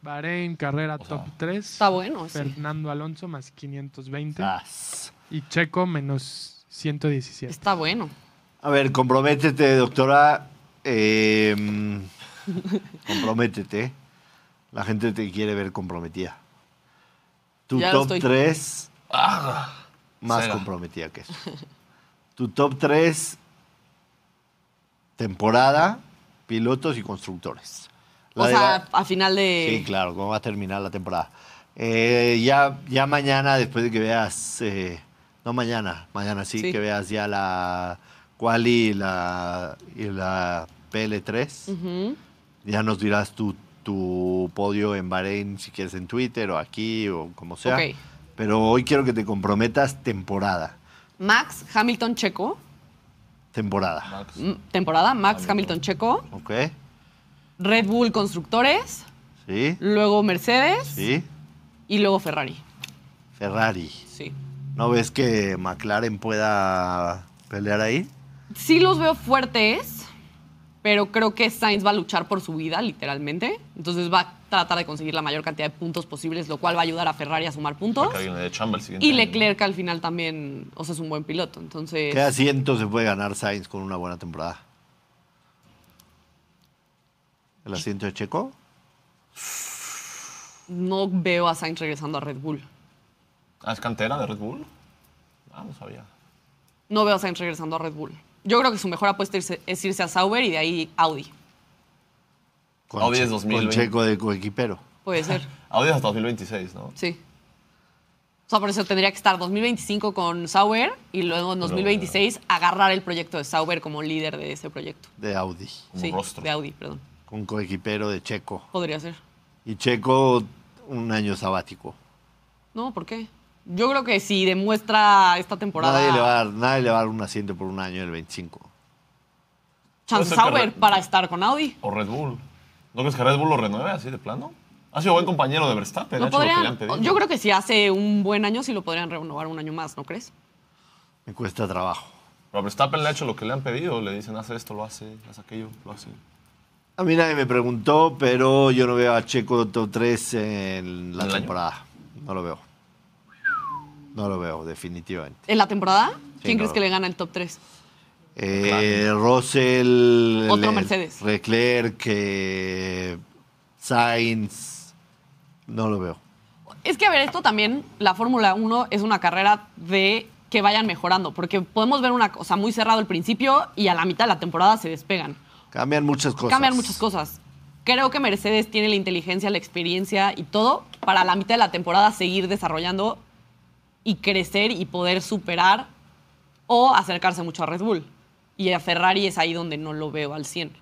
Bahrein, carrera
O sea,
top 3.
Está bueno, sí.
Fernando Alonso más 520.
Ah.
Y Checo menos 117.
Está bueno.
A ver, comprométete, doctora. eh, comprométete. La gente te quiere ver comprometida. Tu
Ya lo
top
estoy.
3
Ah,
más
Cera.
comprometida que eso. Tu top 3 temporada, pilotos y constructores. La
o
de
sea,
la-
a final de.
Sí, claro, cómo va a terminar la temporada. Eh, ya, ya mañana, después de que veas, eh, no mañana, mañana sí,
Sí.
que veas ya la Quali y la, y la PL3,
Ujú.
ya nos dirás tu, tu podio en Bahrein, si quieres en Twitter o aquí o como sea.
Ok.
Pero hoy quiero que te comprometas temporada,
Max Hamilton Checo.
temporada,
Max.
mm, Temporada. Max Hamilton Checo.
¿ok?
Red Bull Constructores.
¿Sí?
Luego Mercedes.
¿Sí?
Y luego Ferrari.
Ferrari.
Sí.
¿No ves que McLaren pueda pelear ahí?
Sí los veo fuertes. Pero creo que Sainz va a luchar por su vida, literalmente. Entonces va a tratar de conseguir la mayor cantidad de puntos posibles, lo cual va a ayudar a Ferrari a sumar puntos.
Para que alguien le dé chamba el siguiente
Y
año, ¿no?
Leclerc al final también, o sea, es un buen piloto. Entonces,
¿Qué asiento se puede ganar Sainz con una buena temporada? el asiento de Checo.
No veo a Sainz regresando a Red Bull.
Ah, es cantera de Red Bull. Ah, no sabía.
No veo a Sainz regresando a Red Bull. Yo creo que su mejor apuesta irse- es irse a Sauber y de ahí Audi.
Con,
Audi es
Che-
2020.
con Checo de coequipero.
Puede ser,
Audi es hasta 2026, ¿no?
sí. O sea, por eso tendría que estar 2025 con Sauber y luego en
eh,
2026 agarrar el proyecto de Sauber como líder de ese proyecto.
de Audi.
Como
sí,
rostro.
de Audi, perdón.
Con coequipero de Checo.
Podría ser.
Y Checo un año sabático.
No, ¿por qué? Yo creo que si demuestra esta temporada
Nadie le, va a dar, nadie le va a dar un asiento por un año el 25.
Chance
Puede ser que
Sauber
Red-
para estar con Audi.
O Red Bull. ¿No crees que Red Bull lo renueve así de plano? Ha sido buen compañero de Verstappen. ha
Lo
hecho lo que le
podrían,
han pedido.
yo creo que si hace un buen año sí lo podrían renovar un año más, ¿no crees?
Me cuesta trabajo.
Pero a Verstappen le ha hecho lo que le han pedido. Le dicen, haz esto, lo hace, haz aquello, lo hace.
A mí nadie me preguntó, pero yo no veo a Checo top 3 en la
¿En el año?
temporada. No lo veo. No lo veo, definitivamente.
¿En la temporada? ¿Quién
no.
crees que le gana el top 3?
Eh, Russell. Le-
Otro Mercedes.
Leclerc, eh, Sainz. No lo veo.
Es que, a ver, esto también, la Fórmula 1 es una carrera de que vayan mejorando, porque podemos ver una cosa muy cerrada al principio y a la mitad de la temporada se despegan.
Cambian muchas cosas.
Cambian muchas cosas. Creo que Mercedes tiene la inteligencia, la experiencia y todo para la mitad de la temporada seguir desarrollando y crecer y poder superar o acercarse mucho a Red Bull. Y a Ferrari es ahí donde no lo veo al 100. O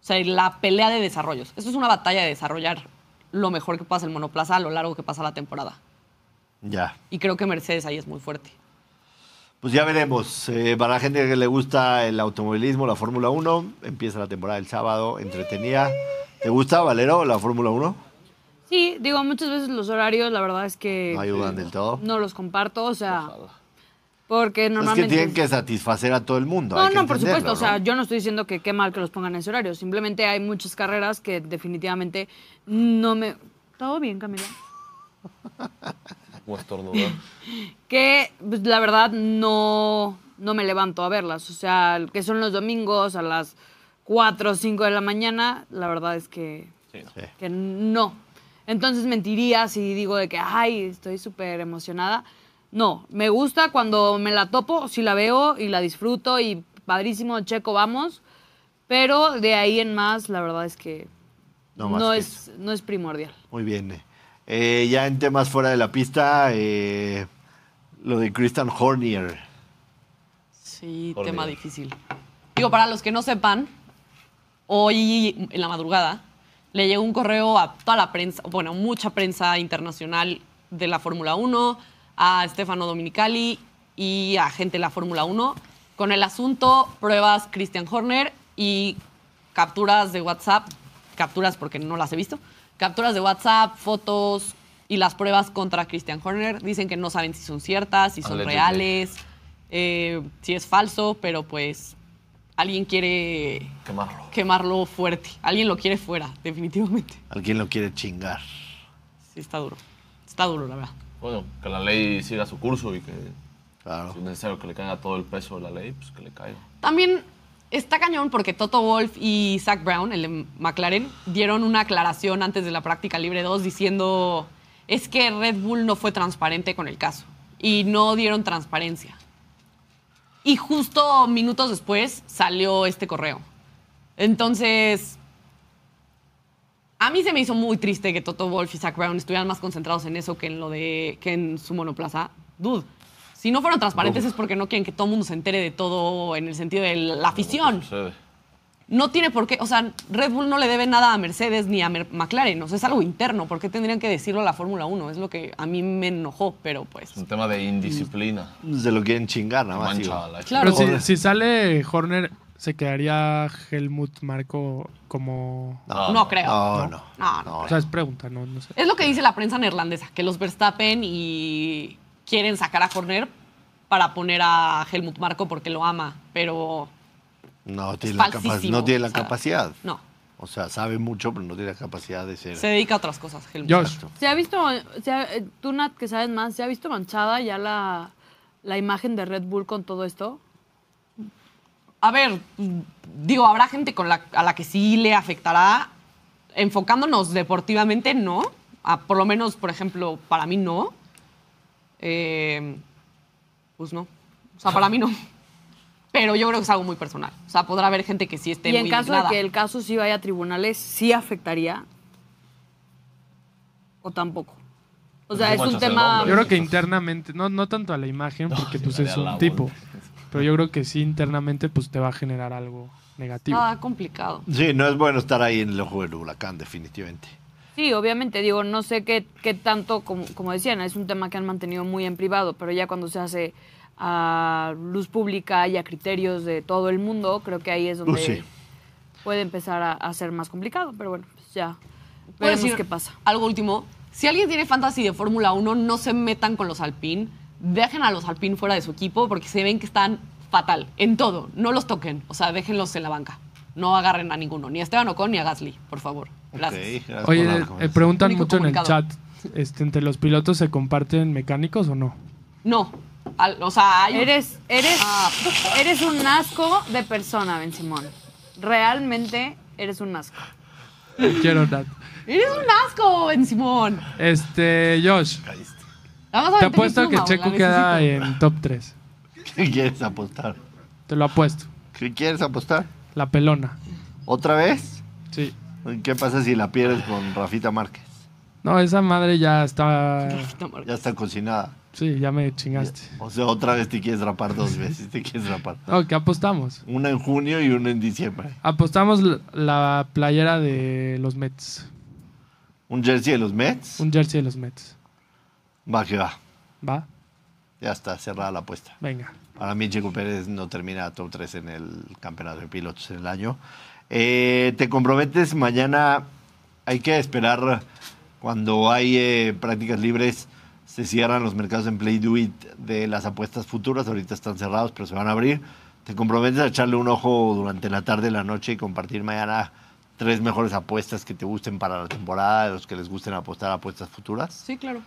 sea, la pelea de desarrollos. Esto es una batalla de desarrollar lo mejor que pasa el monoplaza a lo largo que pasa la temporada.
Ya.
Y creo que Mercedes ahí es muy fuerte.
Pues ya veremos. Eh, para la gente que le gusta el automovilismo, la Fórmula 1, empieza la temporada el sábado, entretenida. ¿Te gusta, Valero, la Fórmula 1?
Sí, digo, muchas veces los horarios, la verdad es que
No ayudan del todo.
no los comparto, o sea, porque
es que
normalmente...
tienen que satisfacer a todo el mundo.
No,
hay que
no, por supuesto.
entenderlo,
O sea,
¿no?
yo no estoy diciendo que qué mal que los pongan en ese horario. Simplemente hay muchas carreras que definitivamente no me. Todo bien, Camila.
Como estornudar.
Que pues, la verdad no, no me levanto a verlas. O sea, que son los domingos a las 4 o 5 de la mañana, la verdad es que,
Sí.
que no. Entonces mentiría si digo de que, ay, estoy súper emocionada. No, me gusta cuando me la topo, si la veo y la disfruto y padrísimo, checo, vamos. Pero de ahí en más, la verdad es que
No
no,
más que
es, no es primordial.
Muy bien. Eh, ya en temas fuera de la pista, eh, lo de Christian Hornier.
Sí,
Por
tema
Dios.
difícil. Digo, para los que no sepan, hoy en la madrugada le llegó un correo a toda la prensa, bueno, mucha prensa internacional de la Fórmula 1, a Stefano Dominicali y a gente de la Fórmula 1 con el asunto pruebas Christian Horner y capturas de WhatsApp, capturas porque no las he visto, capturas de WhatsApp, fotos y las pruebas contra Christian Horner. Dicen que no saben si son ciertas, si son
Allegedly.
reales, eh, si es falso, pero pues alguien quiere
Quemarlo.
quemarlo fuerte. Alguien lo quiere fuera, definitivamente.
Alguien lo quiere chingar.
Sí, está duro. Está duro, la verdad.
Bueno, que la ley siga su curso y que
Claro.
si es necesario que le caiga todo el peso de la ley, pues que le caiga.
También está cañón porque Toto Wolf y Zach Brown, el de McLaren, dieron una aclaración antes de la práctica libre 2 diciendo es que Red Bull no fue transparente con el caso y no dieron transparencia. Y justo minutos después salió este correo. Entonces, a mí se me hizo muy triste que Toto Wolf y Zach Brown estuvieran más concentrados en eso que en lo de que en su monoplaza. Dude, si no fueron transparentes es porque no quieren que todo el mundo se entere de todo en el sentido de la afición.
Sucede.
No tiene por qué, o sea, Red Bull no le debe nada a Mercedes ni a Mer- McLaren, o sea, es algo interno, ¿por qué tendrían que decirlo a la Fórmula 1? Es lo que a mí me enojó, pero pues...
Es un tema de indisciplina.
Se lo quieren chingar, nada más. digo.
Mancha a la
Claro.
Pero si, si sale Horner, se quedaría Helmut Marco como.
Ah,
No, creo.
No, no.
No, no
O sea, es pregunta, no, no sé.
Es lo que dice la prensa neerlandesa, que los Verstappen y quieren sacar a Horner para poner a Helmut Marco porque lo ama, pero
No
es
tiene, la, capa-
falsísimo.
no tiene la
o sea,
capacidad.
No,
O sea, sabe mucho, pero no tiene la capacidad de ser.
se dedica a otras cosas, Helmut.
Josh,
¿Se ha visto, se ha- eh, tú Nat que sabes más, ¿se ha visto manchada ya la, la imagen de Red Bull con todo esto?
a ver, mm, digo, habrá gente con la, a la que sí le afectará. Enfocándonos deportivamente, no. Ah, por lo menos, por ejemplo, para mí no. Eh, pues no. O sea, para mí no. Pero yo creo que es algo muy personal. O sea, podrá haber gente que sí esté
Y en
muy
caso
indignada.
de que el caso sí vaya a tribunales, ¿sí afectaría? ¿O tampoco? O sea, es
Muchas
un
Pues el
tema...
hombre.
Yo creo que internamente, no, no tanto a la imagen, porque pues
sí,
es
daría la
un tipo.
vuelta.
Pero yo creo que sí internamente pues te va a generar algo negativo.
Ah, complicado.
Sí, no es bueno estar ahí en el ojo del huracán, definitivamente.
Sí, obviamente, digo, no sé qué, qué tanto, como, como decían, es un tema que han mantenido muy en privado, pero ya cuando se hace a luz pública y a criterios de todo el mundo, creo que ahí es donde
Uh, sí.
puede empezar a, a ser más complicado, pero bueno, pues ya
¿Puedo
veremos
decir
qué pasa.
Algo último. Si alguien tiene fantasy de Fórmula 1, no se metan con los Alpine. Dejen a los Alpine fuera de su equipo porque se ven que están fatal en todo. No los toquen. O sea, déjenlos en la banca. No agarren a ninguno. Ni a Esteban Ocon ni a Gasly, por favor. Gracias.
Ok, gracias
Oye,
por la
eh,
recomendación.
preguntan
Único
mucho en el
comunicado.
chat, este, ¿entre los pilotos se comparten mecánicos o no?
No. Al- o sea, hay un-
Eres, eres,
Ah.
eres un asco de persona, Ben Simón. Realmente eres un asco.
Te Quiero Nat.
Eres un asco, Ben Simón.
Este, Josh,
Ah, Vamos a
te
meter
apuesto
mi pluma,
que
güey,
Checo
la
queda
necesito.
en top 3.
¿Qué quieres apostar?
Te lo apuesto.
¿Qué quieres apostar?
La pelona.
¿Otra vez?
Sí.
¿Qué pasa si la pierdes con Rafita Márquez?
No, esa madre ya está.
No, Marco.
Ya está cocinada.
Sí, ya me
Este.
chingaste.
O sea, otra vez te quieres rapar dos veces, te quieres rapar.
No, ¿qué apostamos?
Una en junio y una en diciembre.
Apostamos l- la playera de los Mets.
Un jersey de los Mets.
Un jersey de los Mets.
Va que va.
¿Va?
Ya está cerrada la apuesta.
Venga.
Para mí, Checo Pérez no termina top 3 en el campeonato de pilotos en el año. Eh, ¿Te comprometes mañana? Hay que esperar cuando hay eh, prácticas libres. Se cierran los mercados en Play Do It de las apuestas futuras. Ahorita están cerrados, pero se van a abrir. ¿Te comprometes a echarle un ojo durante la tarde, la noche y compartir mañana tres mejores apuestas que te gusten para la temporada, de los que les gusten apostar a apuestas futuras?
Sí, claro.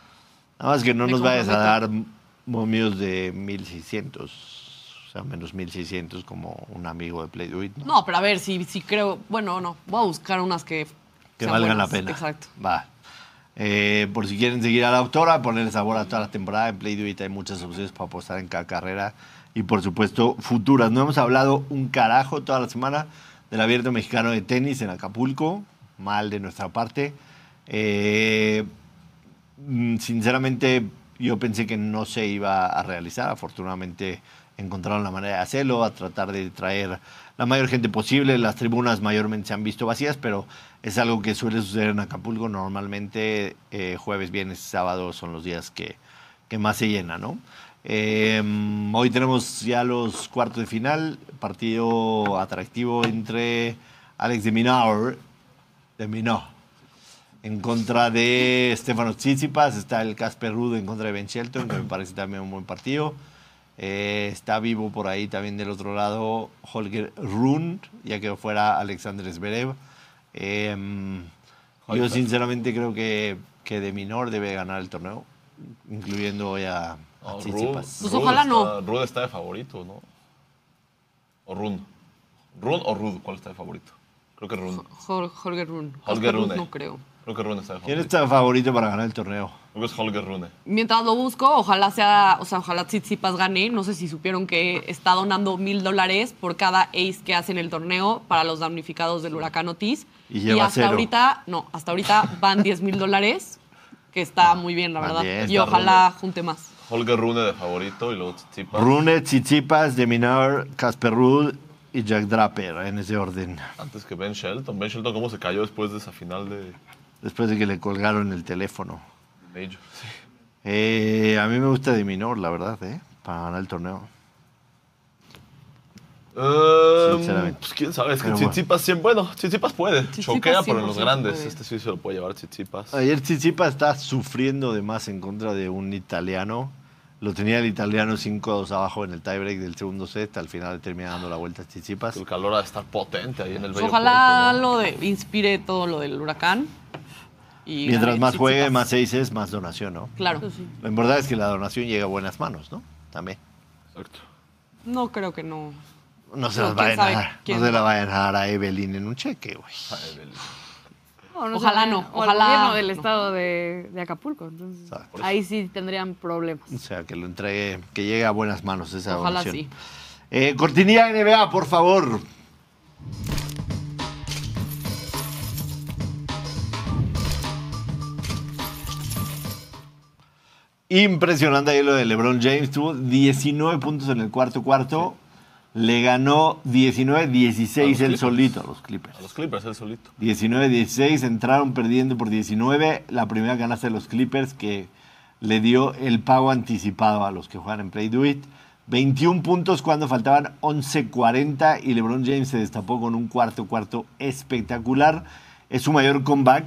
Nada más que no
Me
nos vayas a dar
comprometo.
momios de 1600, o sea, menos 1600 como un amigo de Play Do It, ¿no?
No, pero a ver, si, si creo. Bueno, no. Voy a buscar unas que.
que
sean
valgan la
buenas.
pena.
Exacto.
Va. Eh, por si quieren seguir a la autora, ponerle sabor a toda la temporada. En Play Do It hay muchas opciones para apostar en cada carrera y, por supuesto, futuras. No hemos hablado un carajo toda la semana del abierto mexicano de tenis en Acapulco. Mal de nuestra parte. Eh, Mm, sinceramente yo pensé que no se iba a realizar. Afortunadamente encontraron la manera de hacerlo, a tratar de traer la mayor gente posible. Las tribunas mayormente se han visto vacías, pero es algo que suele suceder en Acapulco. Normalmente eh, jueves, viernes, sábado son los días que, que más se llena, ¿no? Eh, hoy tenemos ya los cuartos de final, partido atractivo entre Alex de Minaur, de Minor, en contra de Stefano Tsitsipas, está el Casper Ruud en contra de Ben Shelton, que me parece también un buen partido. Eh, está vivo por ahí también del otro lado Holger Rund, ya quedó fuera Alexander Zverev. Eh, yo sinceramente creo que, que de minor debe ganar el torneo, incluyendo hoy a, a
No, Ru-
Tsitsipas.
Ru
Pues ojalá
está-
no.
Ru está de favorito, ¿no? O Run. ¿Run o Rud? ¿Cuál está de favorito? Creo que Run.
Jor- Jorge Rune.
Holger Rune.
No creo.
Creo que Run está de
¿Quién
favorito.
está favorito para ganar el torneo?
Creo que es Holger Rune.
Mientras lo busco, ojalá sea, o sea, ojalá Tsitsipas gane. No sé si supieron que está donando mil dólares por cada ace que hace en el torneo para los damnificados del huracán Otis.
Y lleva
hasta
cero.
ahorita, no, hasta ahorita van 10 mil dólares, que está muy bien, la
Van
verdad.
10,
y
está
ojalá junte más.
Holger Rune de favorito y luego Tsitsipas.
Rune, Tsitsipas, de minor, Casper Ruud y Jack Draper, en ese orden.
Antes que Ben Shelton. Ben Shelton, ¿cómo se cayó después de esa final de
Después de que le colgaron el teléfono.
Major? Sí.
Eh, a mí me gusta de minor, la verdad, ¿eh? Para ganar el torneo.
Um,
Sinceramente.
pues quién sabe, es que
Pero bueno.
Tsitsipas siempre, bueno, Tsitsipas puede,
Tsitsipas
choquea, pero en los
100%
grandes,
puede.
este sí se lo puede llevar Tsitsipas.
Ayer Tsitsipas está sufriendo de más en contra de un italiano. Lo tenía el italiano 5-2 abajo en el tiebreak del segundo set. Al final le termina dando la vuelta a Tsitsipas.
El calor ha de estar potente ahí en el bello
Pues ojalá
puerto, ¿no?
lo de, inspire todo lo del huracán. Y
Mientras
gane
más juegue,
Tsitsipas.
más seis es, más donación, ¿no?
Claro.
Lo importante es que la donación llegue a buenas manos, ¿no? También.
Exacto.
No creo que no.
No se
No,
las vayan
quién
a
sabe
dejar.
quién.
No se la vayan a dejar a Evelyn en un cheque, güey.
O no
Ojalá
sé,
no,
o al
ojalá
gobierno del
no.
estado de, de Acapulco. Entonces,
Exacto.
ahí sí tendrían problemas.
O sea, que lo entregue, que llegue a buenas manos esa
Ojalá
donación.
sí.
Eh, cortinilla NBA, por favor. Impresionante ahí lo de LeBron James. Tuvo 19 puntos en el cuarto cuarto. Le ganó
A
19-16
los
el
Clippers.
solito a los Clippers.
A los Clippers, él solito.
19-16, entraron perdiendo por 19. La primera ganasta de los Clippers que le dio el pago anticipado a los que juegan en Play Do It. 21 puntos cuando faltaban 11-40 y LeBron James se destapó con un cuarto cuarto espectacular. Es su mayor comeback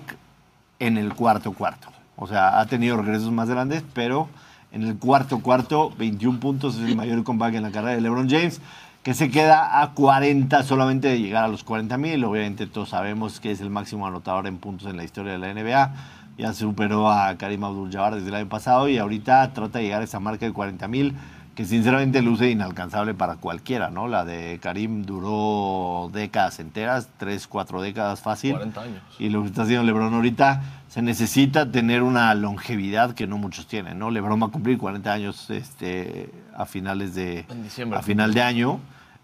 en el cuarto cuarto. O sea, ha tenido regresos más grandes, pero en el cuarto cuarto, 21 puntos es el mayor comeback en la carrera de LeBron James, que se queda a 40 solamente de llegar a los 40 mil. Obviamente todos sabemos que es el máximo anotador en puntos en la historia de la NBA. Ya superó a Karim Abdul-Jabbar desde el año pasado y ahorita trata de llegar a esa marca de 40 mil, que sinceramente luce inalcanzable para cualquiera, ¿no? La de Karim duró décadas enteras, 3, 4 décadas fácil.
40 años.
Y lo que está haciendo LeBron ahorita, se necesita tener una longevidad que no muchos tienen, ¿no? LeBron va a cumplir 40 años este, a finales de
En diciembre.
a final de año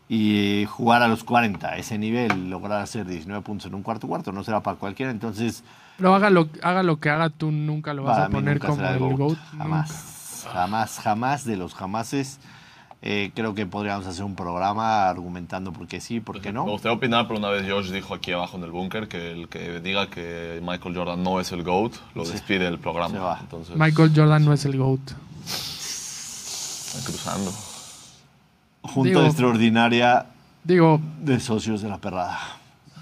y jugar a los 40, a ese nivel, lograr hacer 19 puntos en un cuarto cuarto, no será para cualquiera, entonces
Pero haga lo, haga lo que haga, tú nunca lo vas
para
a
mí
poner
nunca
como
será
el
el
GOAT.
GOAT,
nunca.
jamás, jamás, jamás de los jamases. Eh, creo que podríamos hacer un programa argumentando por qué sí,
Pues
por qué no.
Me gustaría opinar, pero una vez Josh dijo aquí abajo en el búnker que el que diga que Michael Jordan no es el GOAT lo despide del programa.
Se va.
Entonces,
Michael Jordan no es el GOAT.
están cruzando.
Junta
Digo-
extraordinaria
Digo,
de socios de la perrada.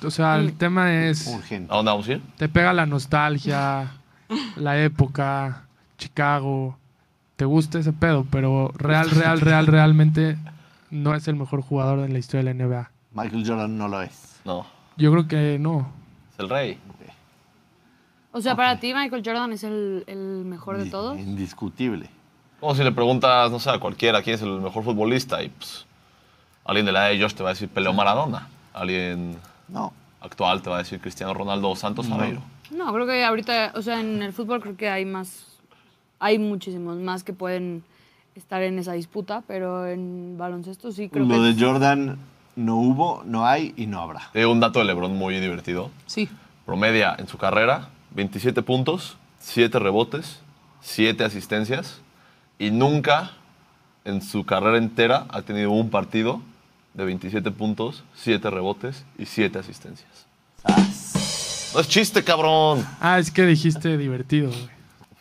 o sea, el
Mm.
tema es...
Urgente.
¿A dónde vamos a ir?
Te pega la nostalgia, la época, Chicago. Te gusta ese pedo, pero real, real, real, realmente no es el mejor jugador de la historia de la NBA.
Michael Jordan no lo es.
No,
Yo creo que no.
es el rey.
O sea, para ti Michael Jordan es el, el mejor de todos.
Indiscutible.
Como si le preguntas, no sé, a cualquiera quién es el mejor futbolista y pues, alguien de la edad de Josh te va a decir Peleo Maradona. Alguien
No.
actual te va a decir Cristiano Ronaldo o Santos Aveiro.
No, creo que ahorita, o sea, en el fútbol creo que hay más, hay muchísimos más que pueden estar en esa disputa, pero en baloncesto sí creo
Lo
que...
de
es-
Jordan no hubo, no hay y no habrá.
Te digo un dato de LeBron muy divertido.
Sí.
Promedia en su carrera 27 puntos, 7 rebotes, 7 asistencias y nunca en su carrera entera ha tenido un partido de 27 puntos, 7 rebotes y 7 asistencias. No es chiste, cabrón.
Ah, es que dijiste divertido, güey.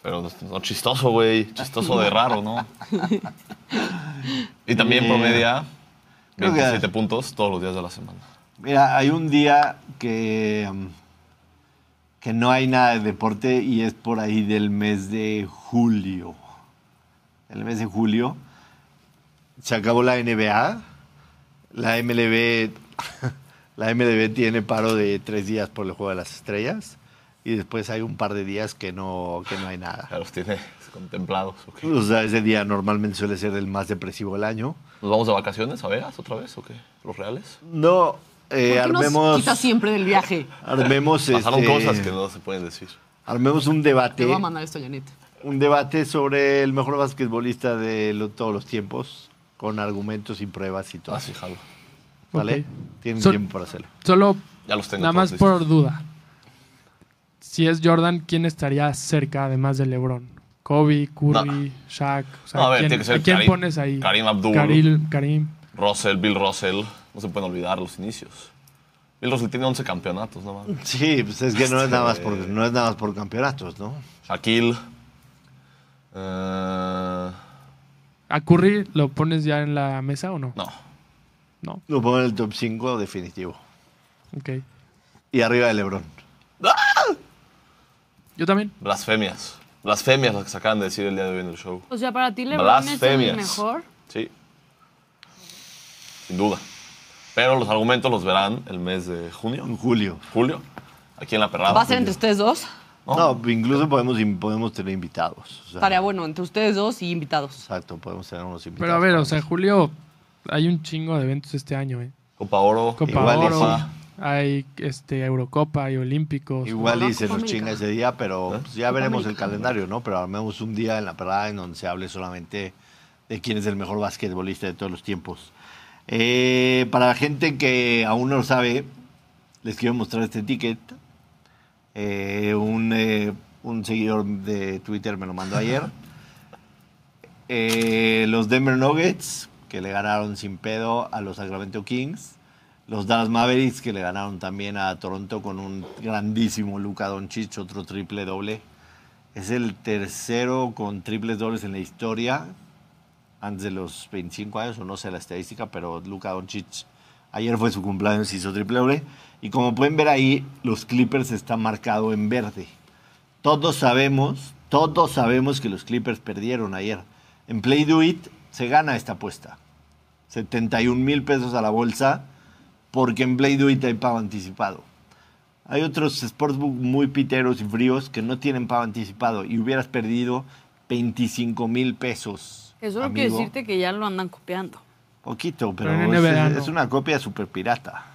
Pero no, no chistoso, güey. Chistoso de raro, ¿no? Y también
Eh,
promedia
creo que-
27 puntos todos los días de la semana.
Mira, hay un día que, mm, que no hay nada de deporte y es por ahí del mes de julio. El mes de julio se acabó la NBA, la MLB, la MLB tiene paro de tres días por el Juego de las Estrellas y después hay un par de días que no, que no hay nada.
Ya los tiene contemplados. ok.
Pues, O sea, ese día normalmente suele ser el más depresivo del año.
¿Nos vamos de vacaciones a Vegas otra vez o qué? ¿Los reales?
No, eh,
¿Por qué nos
armemos,
quita siempre del viaje?
armemos,
Pasaron
este,
cosas que no se pueden decir.
armemos un
Te
debate,
voy a mandar esto, Janet.
un debate sobre el mejor basquetbolista de lo- todos los tiempos, con argumentos y pruebas y todo.
Ah, sí, jalo.
¿Vale?
Ok.
Tienen
So-
tiempo para hacerlo.
Solo,
Ya los tengo.
nada
todos
más
listos.
por duda. Si es Jordan, ¿quién estaría cerca además de LeBron? Kobe, Curry, Shaq. O sea,
No, a ver,
¿quién,
tiene que ser
a quién
Karim-
pones ahí?
Karim Abdul.
Karim, Karim.
Russell, Bill Russell. No se pueden olvidar los inicios. Bill Russell tiene 11 campeonatos, no mames.
Sí, pues es que no es nada más por, no es nada más por campeonatos, ¿no?
Shaquille. eh,
¿A Curry lo pones ya en la mesa o no?
no.
No.
Lo pongo en el top 5 definitivo.
Ok.
Y arriba de Lebron.
Yo también.
Blasfemias. Blasfemias las que se acaban de decir el día de hoy en el show.
O sea, para ti LeBron es el
Blasfemias.
mejor.
Sí. Sin duda. Pero los argumentos los verán el mes de junio,
En julio.
julio, aquí en la
Ah,
perrada.
¿Va a ser entre ustedes dos?
Oh.
No, incluso podemos, podemos tener invitados. o sea,
Estaría bueno, entre ustedes dos y invitados.
Exacto, podemos tener unos invitados.
Pero a ver, o sea, Julio, hay un chingo de eventos este año, ¿eh?
Copa Oro.
Copa
Igual y
Oro,
sí.
hay este, Eurocopa, hay Olímpicos.
Igual
no,
y se
Copa
nos
América.
chinga ese día, pero pues, ya veremos el
América.
calendario, ¿no? Pero armemos un día en la parada en donde se hable solamente de quién es el mejor basquetbolista de todos los tiempos. Eh, para la gente que aún no lo sabe, les quiero mostrar este ticket. Eh, un, eh, un seguidor de Twitter me lo mandó ayer. Eh, los Denver Nuggets, que le ganaron sin pedo a los Sacramento Kings. Los Dallas Mavericks, que le ganaron también a Toronto con un grandísimo Luka Doncic, otro triple doble. Es el tercero con triples dobles en la historia, antes de los 25 años, o no sé la estadística, pero Luka Doncic ayer fue su cumpleaños, hizo triple doble. Y como pueden ver ahí, los Clippers está marcado en verde. Todos sabemos, todos sabemos que los Clippers perdieron ayer. En Play Do It se gana esta apuesta. 71 mil pesos a la bolsa, porque en Play Do It hay pago anticipado. Hay otros sportsbook muy piteros y fríos que no tienen pago anticipado y hubieras perdido 25 mil pesos.
Eso no quiere
amigo.
decirte que ya lo andan copiando.
Poquito, pero,
Pero en NBA
es,
no.
es una copia super pirata.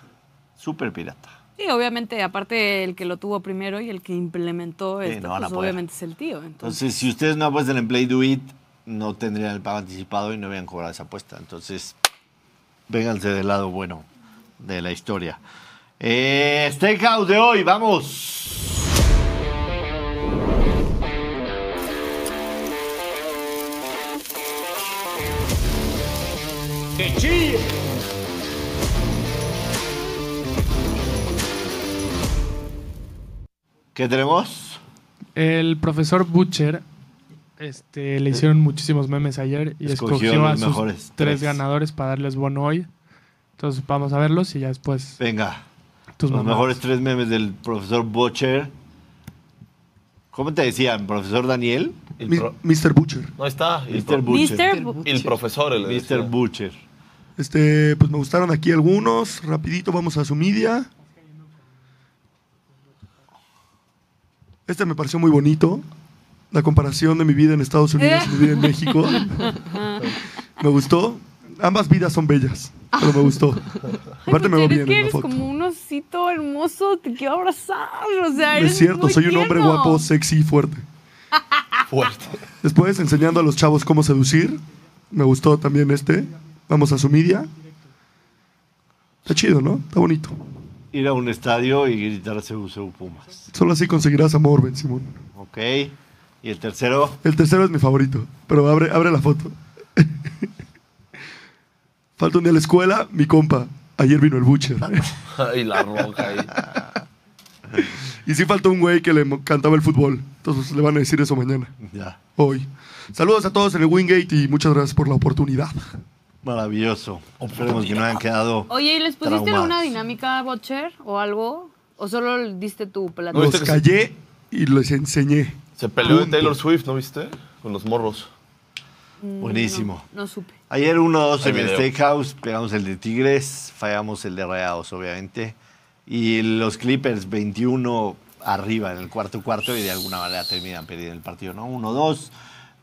Super pirata.
Sí, obviamente, aparte el que lo tuvo primero y el que implementó
Sí,
esto,
no van a
pues
poder.
obviamente es el tío. Entonces,
Entonces, si ustedes no apuestan en Play Do It, no tendrían el pago anticipado y no habían cobrado esa apuesta. Entonces, vénganse del lado bueno de la historia. Eh, Steakhouse de hoy, vamos. ¿Qué tenemos?
El profesor Butcher este, le hicieron muchísimos memes ayer y
Eh. Escogió
escogió, a
los
sus
mejores
tres.
tres.
ganadores para darles bono hoy. Entonces vamos a verlos y ya después
Venga.
tus
Los
mamadas.
mejores tres memes del profesor Butcher. ¿Cómo te decían, profesor Daniel?
El
Mi-
pro-
Mr. Butcher.
no está. El,
Mr.
pro-
Butcher.
Mr. Bu-
el profesor. El,
Mr. Butcher.
Este, pues me gustaron aquí algunos. Rapidito vamos a su media. Este me pareció muy bonito. La comparación de mi vida en Estados Unidos y mi vida en México. Me gustó. Ambas vidas son bellas, pero me gustó. Aparte me veo
eres pues que
bien en la
eres
foto.
como un osito hermoso, te quiero abrazar. O sea,
No
eres
es cierto,
muy
soy un hombre
tierno.
guapo, sexy y fuerte.
Fuerte.
Después enseñando a los chavos cómo seducir. Me gustó también este. Vamos a su media. Está chido, ¿no? Está bonito.
Ir a un estadio y gritar CUCU Pumas.
Solo así conseguirás amor, Ben Simón.
Ok. Y el tercero,
El tercero es mi favorito, pero abre, abre la foto. Falta un día a la escuela, mi compa. Ayer vino el Butcher.
y la roca ahí.
Y sí falta un güey que le mo- cantaba el fútbol. Entonces le van a decir eso mañana,
ya.
hoy. Saludos a todos en el Wingate y muchas gracias por la oportunidad.
Maravilloso.
Oh,
Esperemos que no hayan quedado.
Oye, ¿y les pusiste
Traumadas.
alguna dinámica, Butcher, o algo? ¿O solo diste tu plato?
No,
Los
este
viste que se-
callé y les enseñé.
Se peleó de Taylor Swift, ¿no viste? Con los morros.
Buenísimo.
Mm, No supe.
Ayer uno dos
Hay
en el
video.
Steakhouse, pegamos el de Tigres, fallamos el de Rayados, obviamente. Y los Clippers 21 arriba en el cuarto cuarto y de alguna manera terminan perdiendo el partido, ¿no? 1-2,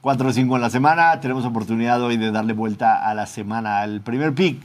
4-5 en la semana. Tenemos oportunidad hoy de darle vuelta a la semana al primer pick.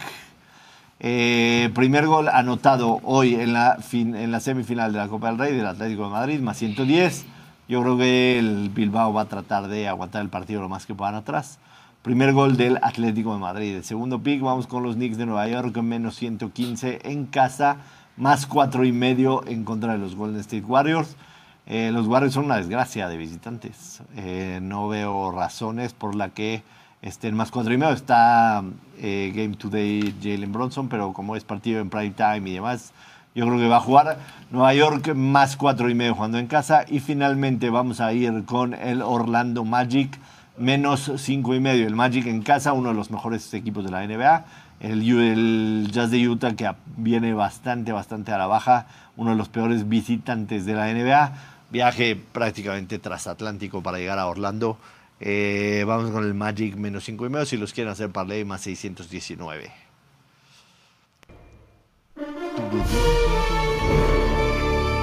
Eh, primer gol anotado hoy en la, fin- en la semifinal de la Copa del Rey del Atlético de Madrid, más 110. Yo creo que el Bilbao va a tratar de aguantar el partido lo más que puedan atrás. Primer gol del Atlético de Madrid. El segundo pick, vamos con los Knicks de Nueva York, menos 115 en casa, más cuatro y medio en contra de los Golden State Warriors. Eh, los Warriors son una desgracia de visitantes. Eh, no veo razones por la que estén más cuatro y medio. Está eh, Game Today Jalen Bronson, pero como es partido en prime time y demás, yo creo que va a jugar Nueva York más cuatro y medio jugando en casa. Y finalmente vamos a ir con el Orlando Magic menos cinco y medio. El Magic en casa, uno de los mejores equipos de la NBA. El, Yu- el Jazz de Utah que a- viene bastante, bastante a la baja. Uno de los peores visitantes de la NBA. Viaje prácticamente transatlántico para llegar a Orlando. Eh, vamos con el Magic menos cinco y medio. Si los quieren hacer parlay, más 619.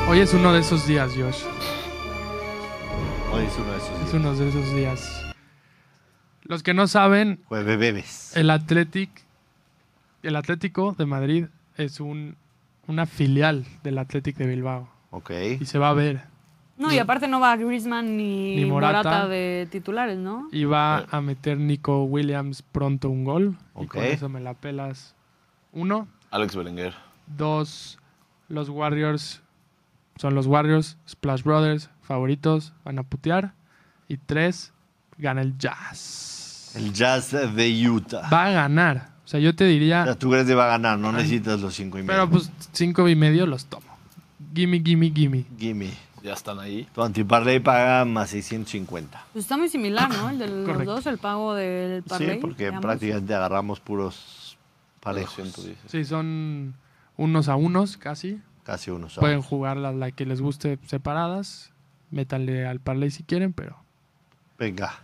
Hoy es uno de esos días, Josh.
Hoy es uno de esos
Es
días.
uno de esos días. Los que no saben,
Jueves bebes.
el Athletic el Atlético de Madrid es un, una filial del Atlético de Bilbao
Ok.
y se va a ver
No, y aparte no va Griezmann ni,
Ni
Morata.
Morata.
de titulares, ¿no?
y va a meter Nico Williams pronto un gol y
Ok.
con eso me la pelas. Uno,
Alex Belenguer.
dos, los Warriors son los Warriors, Splash Brothers, favoritos, van a putear. Y tres, gana el Jazz.
El Jazz de Utah.
Va a ganar. O sea, yo te diría...
O sea, tú crees que va a ganar, no necesitas los cinco y medio.
Pero pues cinco y medio los tomo. Gimme, gimme, gimme.
Gimme.
Ya están ahí.
Tu antiparley paga más 650.
Pues está muy similar, ¿no? El de los
Correcto.
dos, el pago del parlay.
sí, porque
de ambos.
prácticamente agarramos puros parejos.
110.
Sí, son unos a unos casi.
Casi unos.
Pueden jugar la, la que les guste separadas. Métanle al parlay si quieren, pero
Venga.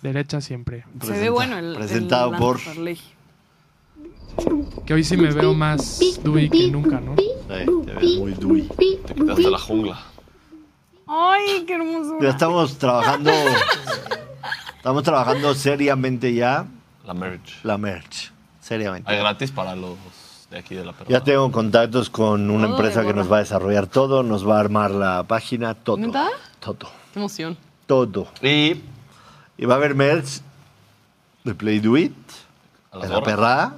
derecha siempre.
Se ve
presenta-
bueno el. el
Presentado
lance
por.
parlay.
Que hoy sí me veo más Dewey que nunca, ¿no?
Sí, te ves muy Dewey.
Te quitaste la jungla.
¡Ay, qué
Ya
hermosura!
estamos trabajando. estamos trabajando seriamente ya
La merch.
la merch. Seriamente.
Hay gratis para los de aquí de la perra.
Ya tengo contactos con una
Todo
empresa
de
que
gorra.
nos va a desarrollar todo, nos va a armar la página, todo.
¿Neta?
Todo.
Qué emoción.
Todo.
Y
Y va a haber merch de Play Do It,
a
de
las
la
gorras.
perra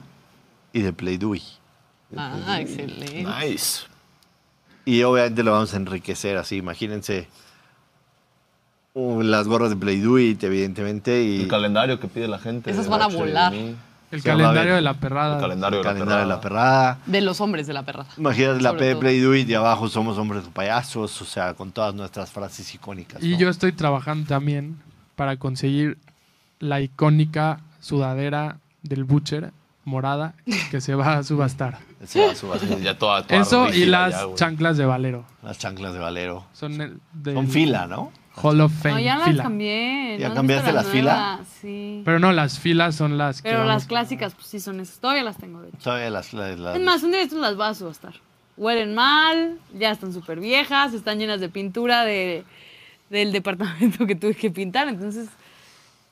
y de Play Do It.
Ah, excelente.
Nice.
Y obviamente lo vamos a enriquecer así, imagínense. uh, Las gorras de Play Do It, evidentemente, y
El calendario que pide la gente.
Esas
de
van a
Roche, de
volar.
mí.
El
Se va a
calendario
ver.
de la perrada.
El calendario,
el calendario de la
perra.
perrada.
De los hombres de la perra.
Imagínate la
Sobre
P de
todo.
Play Do It y abajo somos hombres de payasos, o sea, con todas nuestras frases icónicas.
Y
¿no?
yo estoy trabajando también para conseguir la icónica sudadera del Butcher morada que se va a subastar.
Se va a subastar.
Ya toda, toda
Eso y
rígida
las
ya, güey.
chanclas de Valero.
Las chanclas de Valero.
Son el- del
Con fila, ¿no?
Hall of Fame.
No, ya las
fila.
cambié.
¿Ya
¿no has
cambiaste
visto
las filas?
nuevas? Sí. Pero,
Pero no, las filas son las que. vamos-
las clásicas, pues sí son esas. Todavía las tengo, de hecho.
Todavía las, las- las-
Es más, un día de estos las vas a subastar. Huelen mal, ya están súper viejas, están llenas de pintura de, del departamento que tuve que pintar. Entonces,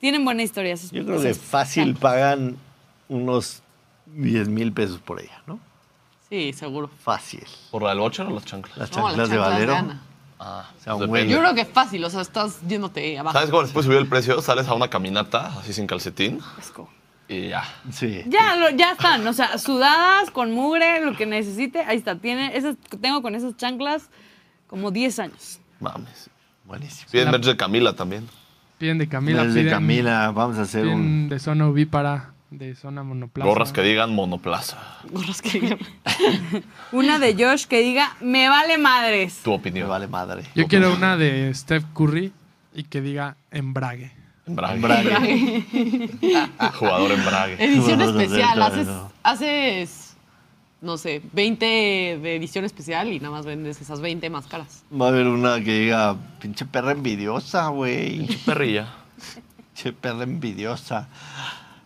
tienen buena historia. esas-
Yo creo que
esas
fácil
chanclas.
pagan unos 10 mil pesos por ella, ¿no?
Sí, seguro.
Fácil.
¿Por la del bocher o las chanclas?
Las
No,
chanclas
las
de
chanclas de
Valero.
Ana.
Ah,
sea, un
depende.
güey.
Yo creo que es fácil, o sea, estás yéndote abajo.
¿Sabes cómo después subió el precio? Sales a una caminata, así sin calcetín,
Asco.
y ya.
Sí.
Ya, lo- ya están, o sea, sudadas, con mugre, lo que necesite. Ahí está, tiene, esas, tengo con esas chanclas como 10 años.
Mames.
Buenísimo.
Piden merch de Camila también.
Piden de Camila.
Desde
piden-
Camila, vamos a hacer un.
piden de zona ovípara, de zona monoplaza.
Gorras que digan monoplaza.
Gorras que-
Una de Josh que diga, me vale madres.
Tu
Me
opinión.
vale madre.
Yo quiero una de Steph Curry y que diga embrague.
Embrague.
Embrague.
Jugador embrague.
Edición
No, no, no,
especial.
no, no,
haces,
no.
haces, no sé, 20 de edición especial y nada más vendes esas 20 más caras.
Va a haber una que diga, pinche perra envidiosa, güey.
Perrilla.
Che, perra envidiosa.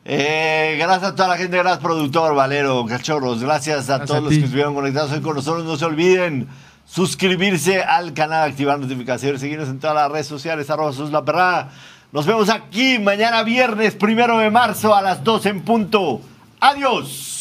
Eh, gracias a toda la gente, gracias productor, Valero, cachorros, gracias a
Gracias
todos
a
los
ti.
que estuvieron conectados hoy con nosotros. No se olviden suscribirse al canal, activar notificaciones, seguirnos en todas las redes sociales, arroba sus la perrada. Nos vemos aquí mañana viernes, primero de marzo a las 12 en punto. Adiós.